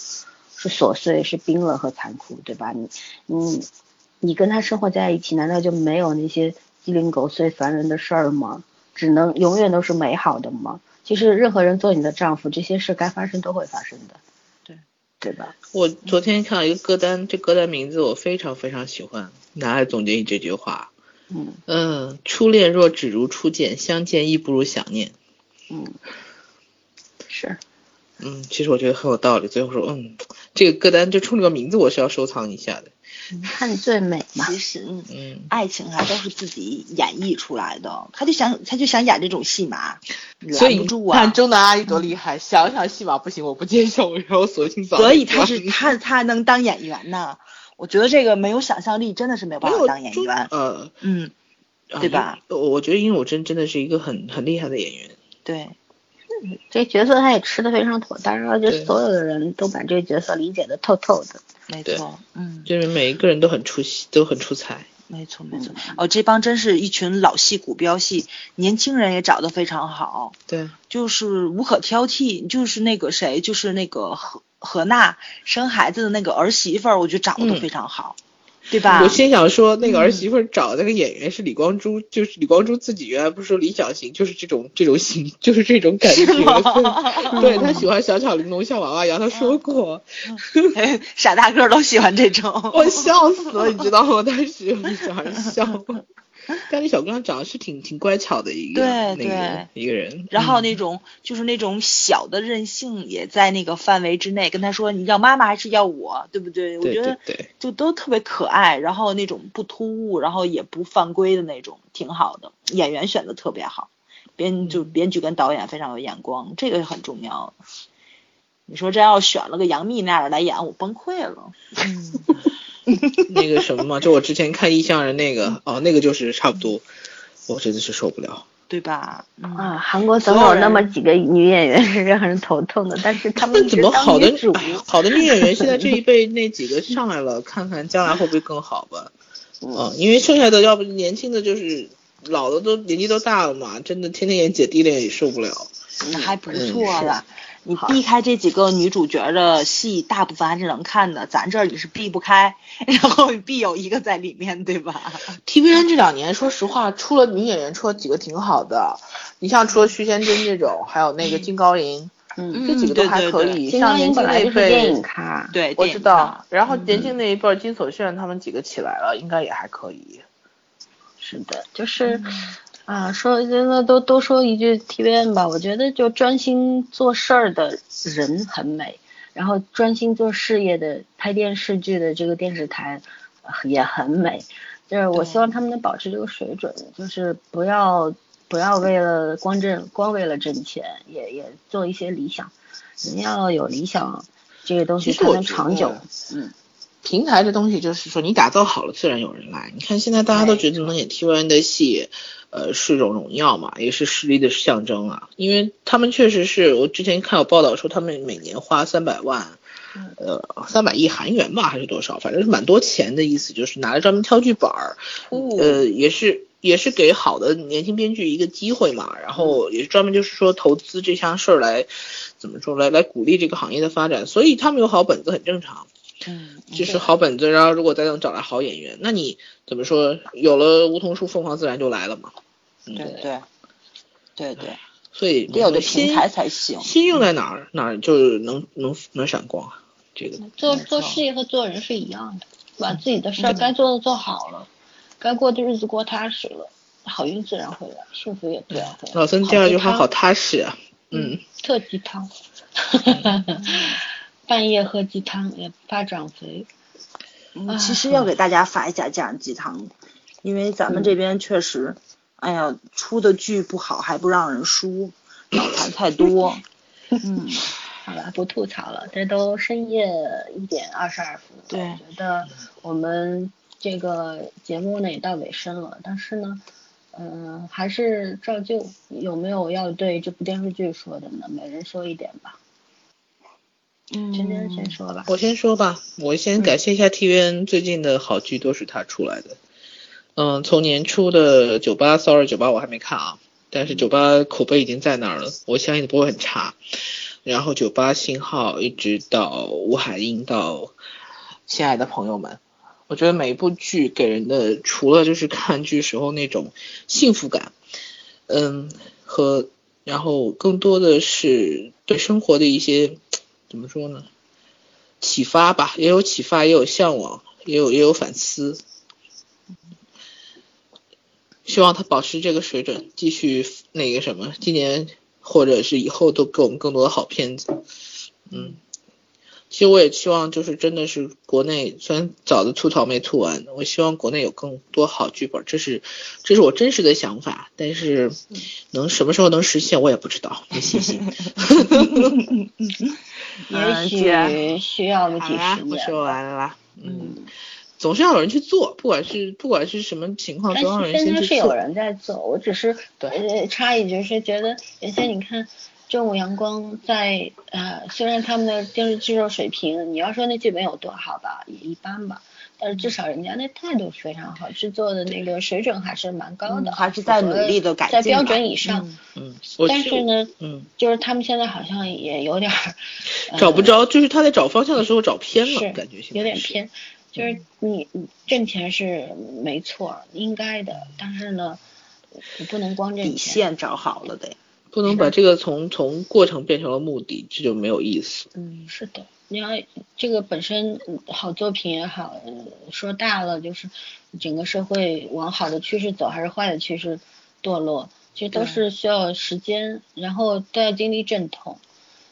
Speaker 2: 是琐碎，是冰冷和残酷，对吧？你你你跟他生活在一起，难道就没有那些鸡零狗碎烦人的事儿吗？只能永远都是美好的吗？其实任何人做你的丈夫，这些事该发生都会发生的，
Speaker 4: 对
Speaker 2: 对吧？
Speaker 1: 我昨天看到一个歌单，这歌单名字我非常非常喜欢，拿来总结你这句话。
Speaker 2: 嗯
Speaker 1: 嗯，初恋若只如初见，相见亦不如想念。
Speaker 2: 嗯，是
Speaker 1: 嗯，其实我觉得很有道理。最后说，嗯，这个歌单就冲这个名字我是要收藏一下的。
Speaker 2: 遗憾最美嘛。
Speaker 4: 其实嗯
Speaker 1: 嗯，
Speaker 4: 爱情还都是自己演绎出来的，他就想他就想演这种戏码，
Speaker 1: 所
Speaker 4: 拦
Speaker 1: 以
Speaker 4: 不住
Speaker 1: 你
Speaker 4: 啊
Speaker 1: 看。中南阿姨多厉害，想想戏码不行，我不接受，然后索性走。
Speaker 4: 所以他是他他还能当演员呢，我觉得这个没有想象力真的是没有
Speaker 1: 没
Speaker 4: 办法
Speaker 1: 有
Speaker 4: 当演
Speaker 1: 中
Speaker 4: 员。
Speaker 1: 呃，
Speaker 4: 嗯，
Speaker 1: 啊
Speaker 4: 对吧？
Speaker 1: 因我我觉得殷汝珍真的是一个很很厉害的演员。
Speaker 4: 对，
Speaker 2: 这角色他也吃的非常妥当，然后就
Speaker 1: 对
Speaker 2: 所有的人都把这个角色理解的透透的。
Speaker 4: 没
Speaker 1: 对
Speaker 4: 错，嗯。
Speaker 1: 就是每一个人都很出戏，都很出彩。
Speaker 4: 没错没错，哦，这帮真是一群老戏骨标戏，年轻人也找得非常好，
Speaker 1: 对，
Speaker 4: 就是无可挑剔。就是那个谁，就是那个何何娜生孩子的那个儿媳妇儿，我觉得长得都
Speaker 1: 嗯
Speaker 4: 非常好，对吧
Speaker 1: 我？ 心想说，那个
Speaker 4: 嗯
Speaker 1: 儿媳妇儿找那个演员是李光洙，就是李光洙自己原来不是说理想型，就是这种这种型，就是这种感觉。 对他喜欢小巧玲珑、像娃娃一样，他
Speaker 4: 嗯
Speaker 1: 说过，
Speaker 4: 哎傻大个儿都喜欢这种。
Speaker 1: 我笑死了，你知道吗？当时我小孩笑。但那小姑娘长得是挺挺乖巧的一个
Speaker 4: 对
Speaker 1: 那个一个人，
Speaker 4: 然后
Speaker 1: 嗯
Speaker 4: 那种、就是那种小的任性也在那个范围之内，跟他说你要妈妈还是要我，对不对？我
Speaker 1: 对
Speaker 4: 觉
Speaker 1: 对
Speaker 4: 得
Speaker 1: 对，
Speaker 4: 就都特别可爱，然后那种不突兀，然后也不犯规的那种，挺好的。演员选的特别好，编就
Speaker 1: 嗯
Speaker 4: 编剧跟导演非常有眼光，这个很重要。你说这要选了个杨幂那样来演，我崩溃了。
Speaker 1: 那个什么嘛，就我之前看《异乡人》那个，哦，那个就是差不多，我真的是受不了。
Speaker 4: 对吧？嗯，
Speaker 2: 啊，韩国总
Speaker 4: 所有
Speaker 2: 有那
Speaker 4: 人
Speaker 2: 么几个女演员是让人头痛的，但是她
Speaker 4: 嗯
Speaker 2: 们
Speaker 1: 那
Speaker 2: 一
Speaker 1: 怎
Speaker 2: 直
Speaker 1: 么
Speaker 2: 当
Speaker 1: 好的
Speaker 2: 女主，
Speaker 1: 哎呀 好的女演员，现在这一辈那几个上来了，看看将来会不会更好 吧？嗯，因为剩下的要不年轻的就是老的都年纪都大了嘛，真的天天演姐弟恋也受不了。
Speaker 4: 那还不错了。你避开这几个女主角的戏，大部分还是能看的，咱这儿你是避不开， 然后你必有一个在里面，对吧？
Speaker 1: TVN 这两年，说实话，出了女演员，出了几个挺好的。你像除了徐贤真这种，还有那个金高银，
Speaker 5: 嗯，
Speaker 4: 嗯
Speaker 1: 这几个都还可以。
Speaker 5: 金
Speaker 1: 像
Speaker 5: 刚
Speaker 1: 年
Speaker 5: 英
Speaker 1: 轻
Speaker 5: 本
Speaker 1: 那
Speaker 5: 来
Speaker 1: 一
Speaker 5: 就是电影嗯
Speaker 1: 辈，
Speaker 5: 咖，
Speaker 4: 对，
Speaker 1: 我
Speaker 4: 电
Speaker 1: 知
Speaker 4: 影啊
Speaker 1: 道
Speaker 4: 上。。
Speaker 1: 然后年轻那一辈儿，金所炫他们几个起来了，应该也还可以。
Speaker 5: 是的，就是。
Speaker 1: 嗯
Speaker 5: 啊，说真的，多多说一句 TVN 吧，我觉得就专心做事儿的人很美，然后专心做事业的拍电视剧的这个电视台呃也很美，就是我希望他们能保持这个水准，就是不要不要为了光挣光为了挣钱，也也做一些理想，人要有理想，这个东西
Speaker 1: 其实
Speaker 5: 才
Speaker 1: 我
Speaker 5: 能
Speaker 1: 觉
Speaker 5: 长
Speaker 1: 得
Speaker 5: 久。嗯，
Speaker 1: 平台这东西就是说，你打造好了，自然有人来。你看现在大家都觉得能演 TVN 的戏，呃，是一种荣耀嘛，也是实力的象征啊。因为他们确实是我之前看有报道说，他们每年花三百万，呃，三百亿韩元吧，还是多少，反正是蛮多钱的意思，就是拿来专门挑剧本儿，
Speaker 4: 嗯
Speaker 1: 呃，也是。也是给好的年轻编剧一个机会嘛，然后也是专门就是说投资这项事儿来，怎么说来来鼓励这个行业的发展，所以他们有好本子很正常。
Speaker 4: 嗯，
Speaker 1: 就是好本子，然后如果再能找来好演员，那你怎么说？有了梧桐树，凤凰自然就来了嘛。嗯，
Speaker 4: 对对对对，
Speaker 1: 所以
Speaker 4: 得有这
Speaker 1: 心
Speaker 4: 平台才行。
Speaker 1: 心用在哪儿，哪儿就能能能闪光啊。这个
Speaker 2: 做
Speaker 4: 没
Speaker 2: 做
Speaker 4: 错
Speaker 2: 事业和做人是一样的，把自己的
Speaker 1: 嗯
Speaker 2: 事儿该做的做好了，该过的日子过踏实了，好运自然会来，幸福也自然会来。
Speaker 1: 老孙第二句话好踏实啊。嗯，
Speaker 2: 特鸡 汤，半夜喝鸡汤也怕长肥。
Speaker 6: 嗯，其实要给大家发一下这样鸡汤，因为咱
Speaker 4: 嗯
Speaker 6: 们这边确实，哎呀，出的剧不好还不让人说，脑残太多。嗯，
Speaker 2: 好了，不吐槽了，这都深夜一点二十二分了。
Speaker 4: 对
Speaker 2: 我觉得我们这个节目呢也到尾声了，但是呢，嗯、还是照旧，有没有要对这部电视剧说的呢？每人说一点吧，
Speaker 4: 嗯
Speaker 2: 陈真先说吧。
Speaker 1: 我先说吧，我先感谢一下 TVN 最近的好剧都是他出来的。嗯，从年初的九八，sorry 九八我还没看啊，但是九八口碑已经在那儿了，我相信不会很差。然后九八信号一直到吴海英到亲爱的朋友们，我觉得每一部剧给人的除了就是看剧时候那种幸福感，嗯，和然后更多的是对生活的一些怎么说呢，启发吧，也有启发，也有向往，也有也有反思。希望他保持这个水准，继续那个什么，今年或者是以后都给我们更多的好片子。嗯，其实我也希望，就是真的是国内虽然早的吐槽没吐完，我希望国内有更多好剧本，这是这是我真实的想法，但是能什么时候能实现我也不知道，没信心。
Speaker 2: 也许需要个几
Speaker 1: 啦
Speaker 2: 十，
Speaker 1: 我
Speaker 2: 年。
Speaker 1: 啊说完了。嗯，总是要有人去做，不管是不管是什么情
Speaker 6: 哦
Speaker 1: 况，
Speaker 2: 但
Speaker 1: 都让
Speaker 2: 是
Speaker 1: 人
Speaker 2: 现
Speaker 1: 先
Speaker 2: 在
Speaker 1: 去
Speaker 2: 是有
Speaker 1: 做。
Speaker 2: 人在做，我只是
Speaker 1: 对
Speaker 2: 呃插一句，是觉得有些你看正午阳光在呃，虽然他们的电视制作水平，你要说那剧本有多好吧，也一般吧，但是至少人家那态度非常好，制作的那个水准还是蛮高
Speaker 6: 嗯
Speaker 2: 的，
Speaker 6: 还是在努力地改进吧
Speaker 2: 在标准以上。
Speaker 1: 嗯，我
Speaker 2: 但，
Speaker 1: 就是
Speaker 2: 呢，
Speaker 1: 嗯，
Speaker 2: 就是他们现在好像也有点儿、呃
Speaker 1: 找不着，就是他在找方向的时候找偏了，
Speaker 2: 是
Speaker 1: 感觉现在
Speaker 2: 有点
Speaker 1: 是。
Speaker 2: 偏，
Speaker 6: 嗯
Speaker 2: 就是你你挣钱是没错儿，应该的，但是呢，你不能光挣
Speaker 6: 底
Speaker 2: 钱。
Speaker 6: 线找好了得。
Speaker 1: 不能把这个从从过程变成了目的，这就没有意思。
Speaker 6: 嗯，
Speaker 2: 是的，你要这个本身嗯好作品也好，嗯说大了就是整个社会往好的趋势走，还是坏的趋势堕落，其实都是需要时间，然后都要经历阵痛。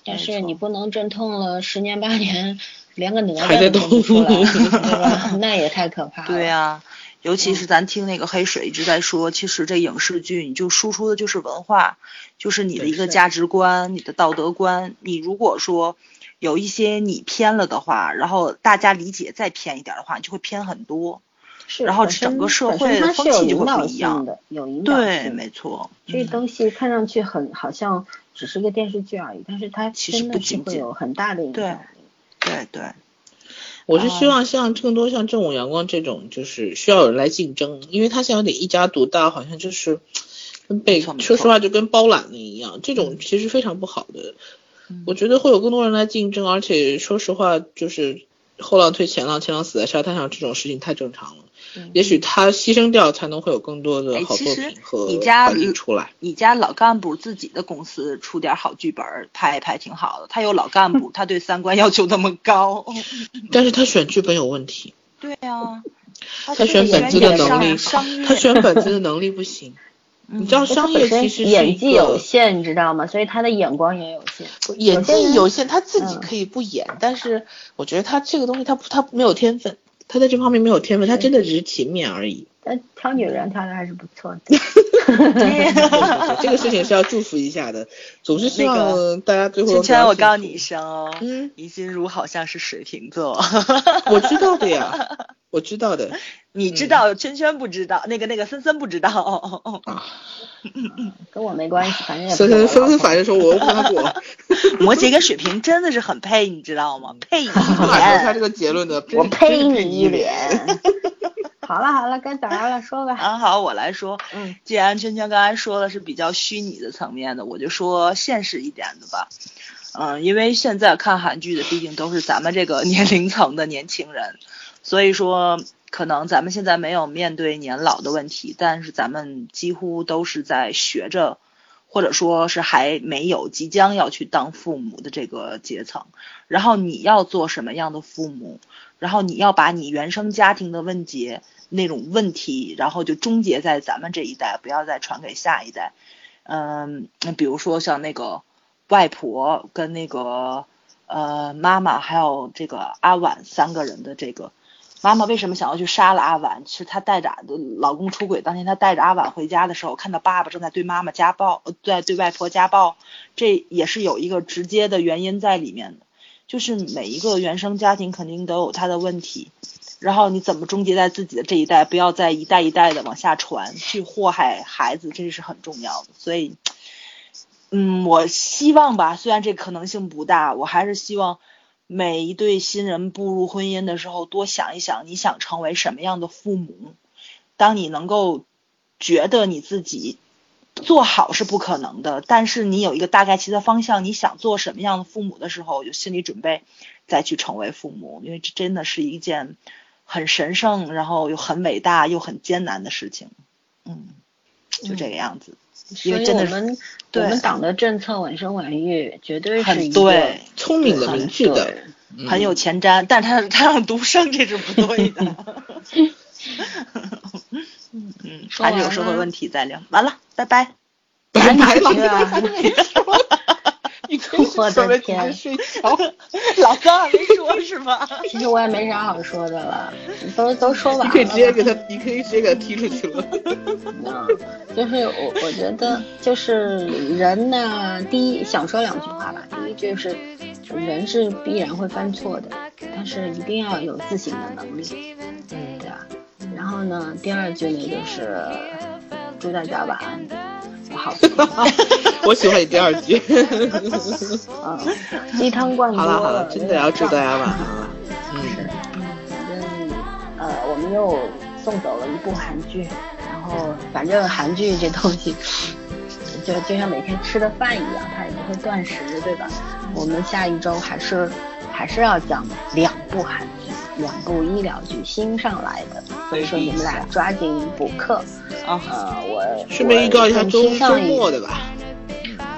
Speaker 2: 但
Speaker 4: 没
Speaker 2: 是
Speaker 4: 错
Speaker 2: 你不能阵痛了十年八年，连个哪
Speaker 1: 还在
Speaker 2: 吒都弄不出来，
Speaker 1: 动
Speaker 2: 对 吧？那也太可怕了。
Speaker 4: 对呀、尤其是咱听那个黑水一直在说，其实这影视剧你就输出的就是文化，就是你的一
Speaker 2: 是
Speaker 4: 个价值观、你的道德观。你如果说有一些你偏了的话，然后大家理解再偏一点的话，你就会偏很多。
Speaker 2: 是
Speaker 4: 然后
Speaker 2: 本身
Speaker 4: 整个社
Speaker 2: 本身
Speaker 4: 会
Speaker 2: 它是
Speaker 4: 的风
Speaker 2: 有
Speaker 4: 气就
Speaker 2: 引
Speaker 4: 会
Speaker 2: 导
Speaker 4: 不一样
Speaker 2: 性的，有引导
Speaker 4: 对，
Speaker 2: 性的
Speaker 4: 没错，嗯
Speaker 2: 这东西看上去很好像只是个电视剧而已，但是它
Speaker 4: 其实
Speaker 2: 真
Speaker 4: 不
Speaker 2: 的是
Speaker 4: 仅
Speaker 2: 会
Speaker 4: 仅
Speaker 2: 有很大的影
Speaker 4: 对
Speaker 2: 响。
Speaker 4: 对对，
Speaker 1: 我
Speaker 4: 啊
Speaker 1: 是希望像更多像正午阳光这种，就是需要有人来竞争，因为他现在有点一家独大，好像就是跟被
Speaker 4: 没错没
Speaker 1: 说实
Speaker 4: 错嗯
Speaker 1: 话就跟包揽了一样，这种其实非常不好的。我觉得会有更多人来竞争，而且说实话，就是后浪推前浪，前浪死在沙滩上这种事情太正常了。也许他牺牲掉，才能会有更多的
Speaker 4: 哎，
Speaker 1: 好
Speaker 4: 其
Speaker 1: 作
Speaker 4: 实
Speaker 1: 品和
Speaker 4: 你家
Speaker 1: 环境出来。
Speaker 4: 你家老干部自己的公司出点好剧本儿拍一拍挺好的。他有老干 部，他对三观要求那么高。嗯
Speaker 1: 但是他选剧本有问题，
Speaker 4: 对啊，
Speaker 1: 他
Speaker 4: 是
Speaker 1: 选本
Speaker 4: 演
Speaker 1: 子的能力，
Speaker 4: 商商业嗯
Speaker 1: 他选本 子的能力不行。你知道
Speaker 7: 他
Speaker 1: 商业
Speaker 7: 本身
Speaker 1: 其实是一
Speaker 7: 演技有
Speaker 1: 个
Speaker 7: 限，你知道吗？所以他的眼光也有限。
Speaker 1: 演
Speaker 7: 些
Speaker 1: 技
Speaker 7: 人
Speaker 1: 有限，他自己
Speaker 7: 嗯
Speaker 1: 可以不演，但是我觉得他这个东西他不他没有天分，他在这方面没有天分，他真的只是勤勉而已。
Speaker 7: 但挑女
Speaker 4: 嗯
Speaker 7: 人挑的还是不错的。
Speaker 1: 这个事情是要祝福一下的。总是希
Speaker 4: 那
Speaker 1: 望大家最后
Speaker 4: 圈
Speaker 1: 都比较
Speaker 4: 圈，我
Speaker 1: 幸
Speaker 4: 告诉
Speaker 1: 福
Speaker 4: 你一，声哦，
Speaker 1: 嗯，
Speaker 4: 林心如好像是水瓶座，
Speaker 1: 我知道的呀，我知 道的。
Speaker 4: 你知道，圈圈不知道，那个那个森森不知道。 哦哦哦，
Speaker 7: 跟我没关系，反正也不
Speaker 1: 所以
Speaker 7: 是我老
Speaker 1: 他纷
Speaker 7: 婆
Speaker 1: 纷反正说，我又不跟 他过。
Speaker 4: 摩羯跟水瓶真的是很配，你知道吗？配 一
Speaker 1: 立马得出他
Speaker 4: 脸。
Speaker 1: 这个结论的，真
Speaker 7: 我
Speaker 1: 是
Speaker 7: 呸
Speaker 1: 真是
Speaker 7: 你一
Speaker 1: 脸。
Speaker 7: 脸。好了好了，该咋了说吧。
Speaker 4: 啊，好，我来说，
Speaker 7: 嗯，
Speaker 4: 既然圈圈刚才说的是比较虚拟的层面的，我就说现实一点的吧。嗯，因为现在看韩剧的毕竟都是咱们这个 年龄层的年轻人，所以说可能咱们现在没有面对年老的问题，但是咱们几乎都是在学着，或者说是还没有即将要去当父母的这个阶层。然后你要做什么样的父母，然后你要把你原生家庭的问题那种问题，然后就终结在咱们这一代，不要再传给下一代。嗯，那比如说像那个外婆跟那个呃妈妈，还有这个阿婉三个人的这个。妈妈为什么想要去杀了阿婉？是她带着老公出轨当天，她带着阿婉回家的时候，看到爸爸正在对妈妈家暴，呃在对外婆家暴，这也是有一个直接的原因在里面的。就是每一个原生家庭肯定都有他的问题，然后你怎么终结在自己的这一代，不要再一代一代的往下传，去祸害孩子，这是很重要的。所以，嗯，我希望吧，虽然这可能性不大，我还是希望每一对新人步入婚姻的时候，多想一想你想成为什么样的父母。当你能够觉得你自己做好是不可能的，但是你有一个大概其的方向，你想做什么样的父母的时候，有心理准备再去成为父母，因为这真的是一件很神圣，然后又很伟大又很艰难的事情。嗯，就这个样子，
Speaker 2: 所
Speaker 4: 因为
Speaker 2: 以
Speaker 4: 真
Speaker 2: 我
Speaker 4: 的
Speaker 2: 们我
Speaker 4: 对
Speaker 2: 们党的政策晚生晚育绝对是一
Speaker 4: 很
Speaker 2: 个
Speaker 4: 对，
Speaker 1: 聪明的、
Speaker 2: 很
Speaker 1: 明智的，
Speaker 2: 对
Speaker 4: 很有前瞻，但是他他让独生这是不对 的。嗯，
Speaker 2: 说
Speaker 4: 还是有
Speaker 2: 完
Speaker 4: 社会
Speaker 2: 了
Speaker 4: 问题在里。完了，拜拜。
Speaker 1: 白白了。
Speaker 2: 啊
Speaker 4: 你跟
Speaker 7: 我的 天，
Speaker 1: 睡着，
Speaker 4: 老高还没说是吧？
Speaker 2: 其实我也没啥好说的了，都都说完
Speaker 1: 你
Speaker 2: 了。
Speaker 1: 可以直接给他，你可以直接给他踢出去了。
Speaker 2: 啊， 就是我我觉得就是人呢，第一想说两句话吧，第一就是人是必然会犯错的，但是一定要有自省的能力，
Speaker 1: 嗯
Speaker 2: 对吧？然后呢，第二句呢就是祝大家晚安，我好 疲惫，
Speaker 1: 我喜欢你第二 句。
Speaker 2: 嗯，鸡汤灌多
Speaker 1: 好了好了，真的要祝大家晚安
Speaker 2: 安。
Speaker 1: 了。嗯，
Speaker 2: 反正呃，我们又送走了一部韩剧，然后反正韩剧这东西，就就像每天吃的饭一样，它也不会断食，对吧？我们下一周还是还是要讲两部韩剧，两部医疗剧新上来的，所以说你们俩抓紧补课。
Speaker 4: 啊
Speaker 2: 呃，我
Speaker 1: 顺便预告一下周周末
Speaker 2: 的
Speaker 1: 的吧。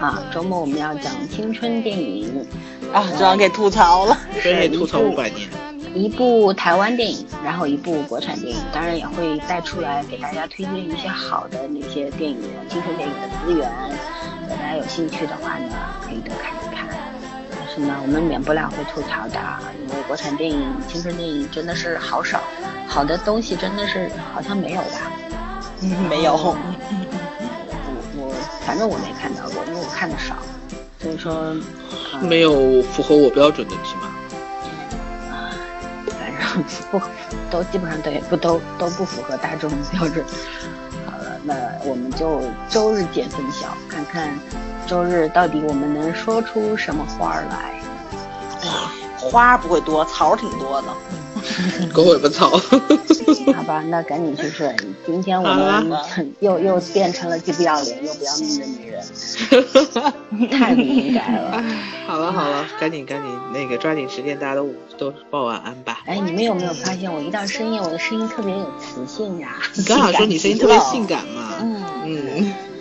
Speaker 2: 啊，周末我们要讲青春电影，
Speaker 4: 啊，这让给吐槽了。
Speaker 1: 专业吐槽五百年，
Speaker 2: 一部台湾电影，然后一部国产电影，当然也会带出来给大家推荐一些好的那些电影、青春电影的资源。如果大家有兴趣的话呢，可以多看一看。但是呢，我们免不了会吐槽的，啊因为国产电影、青春电影真的是好少，好的东西真的是好像没有吧。
Speaker 4: 嗯，没有。
Speaker 2: 我我反正我没看到过，因为我看的少，所以说，嗯
Speaker 1: 没有符合我标准的是吗？
Speaker 2: 反正不都基本上对不都都不符合大众标准。好了，那我们就周日见分晓，看看周日到底我们能说出什么花儿来。
Speaker 4: 花不会多，草儿挺多的。
Speaker 1: 狗尾巴 草。
Speaker 2: 好吧，那赶紧去睡。今天我
Speaker 1: 好
Speaker 2: 们
Speaker 1: 了
Speaker 2: 又又变成了既不要脸又不要命的女 人，太不应该了。
Speaker 1: 好了好了，赶紧赶紧那个抓紧时间，大家都午都报晚安吧。
Speaker 2: 哎，你们有没有发现，我一到深夜，我的声音特别有磁性呀、
Speaker 1: 你刚好说你声音特别性感嘛，
Speaker 2: 嗯，
Speaker 1: 嗯，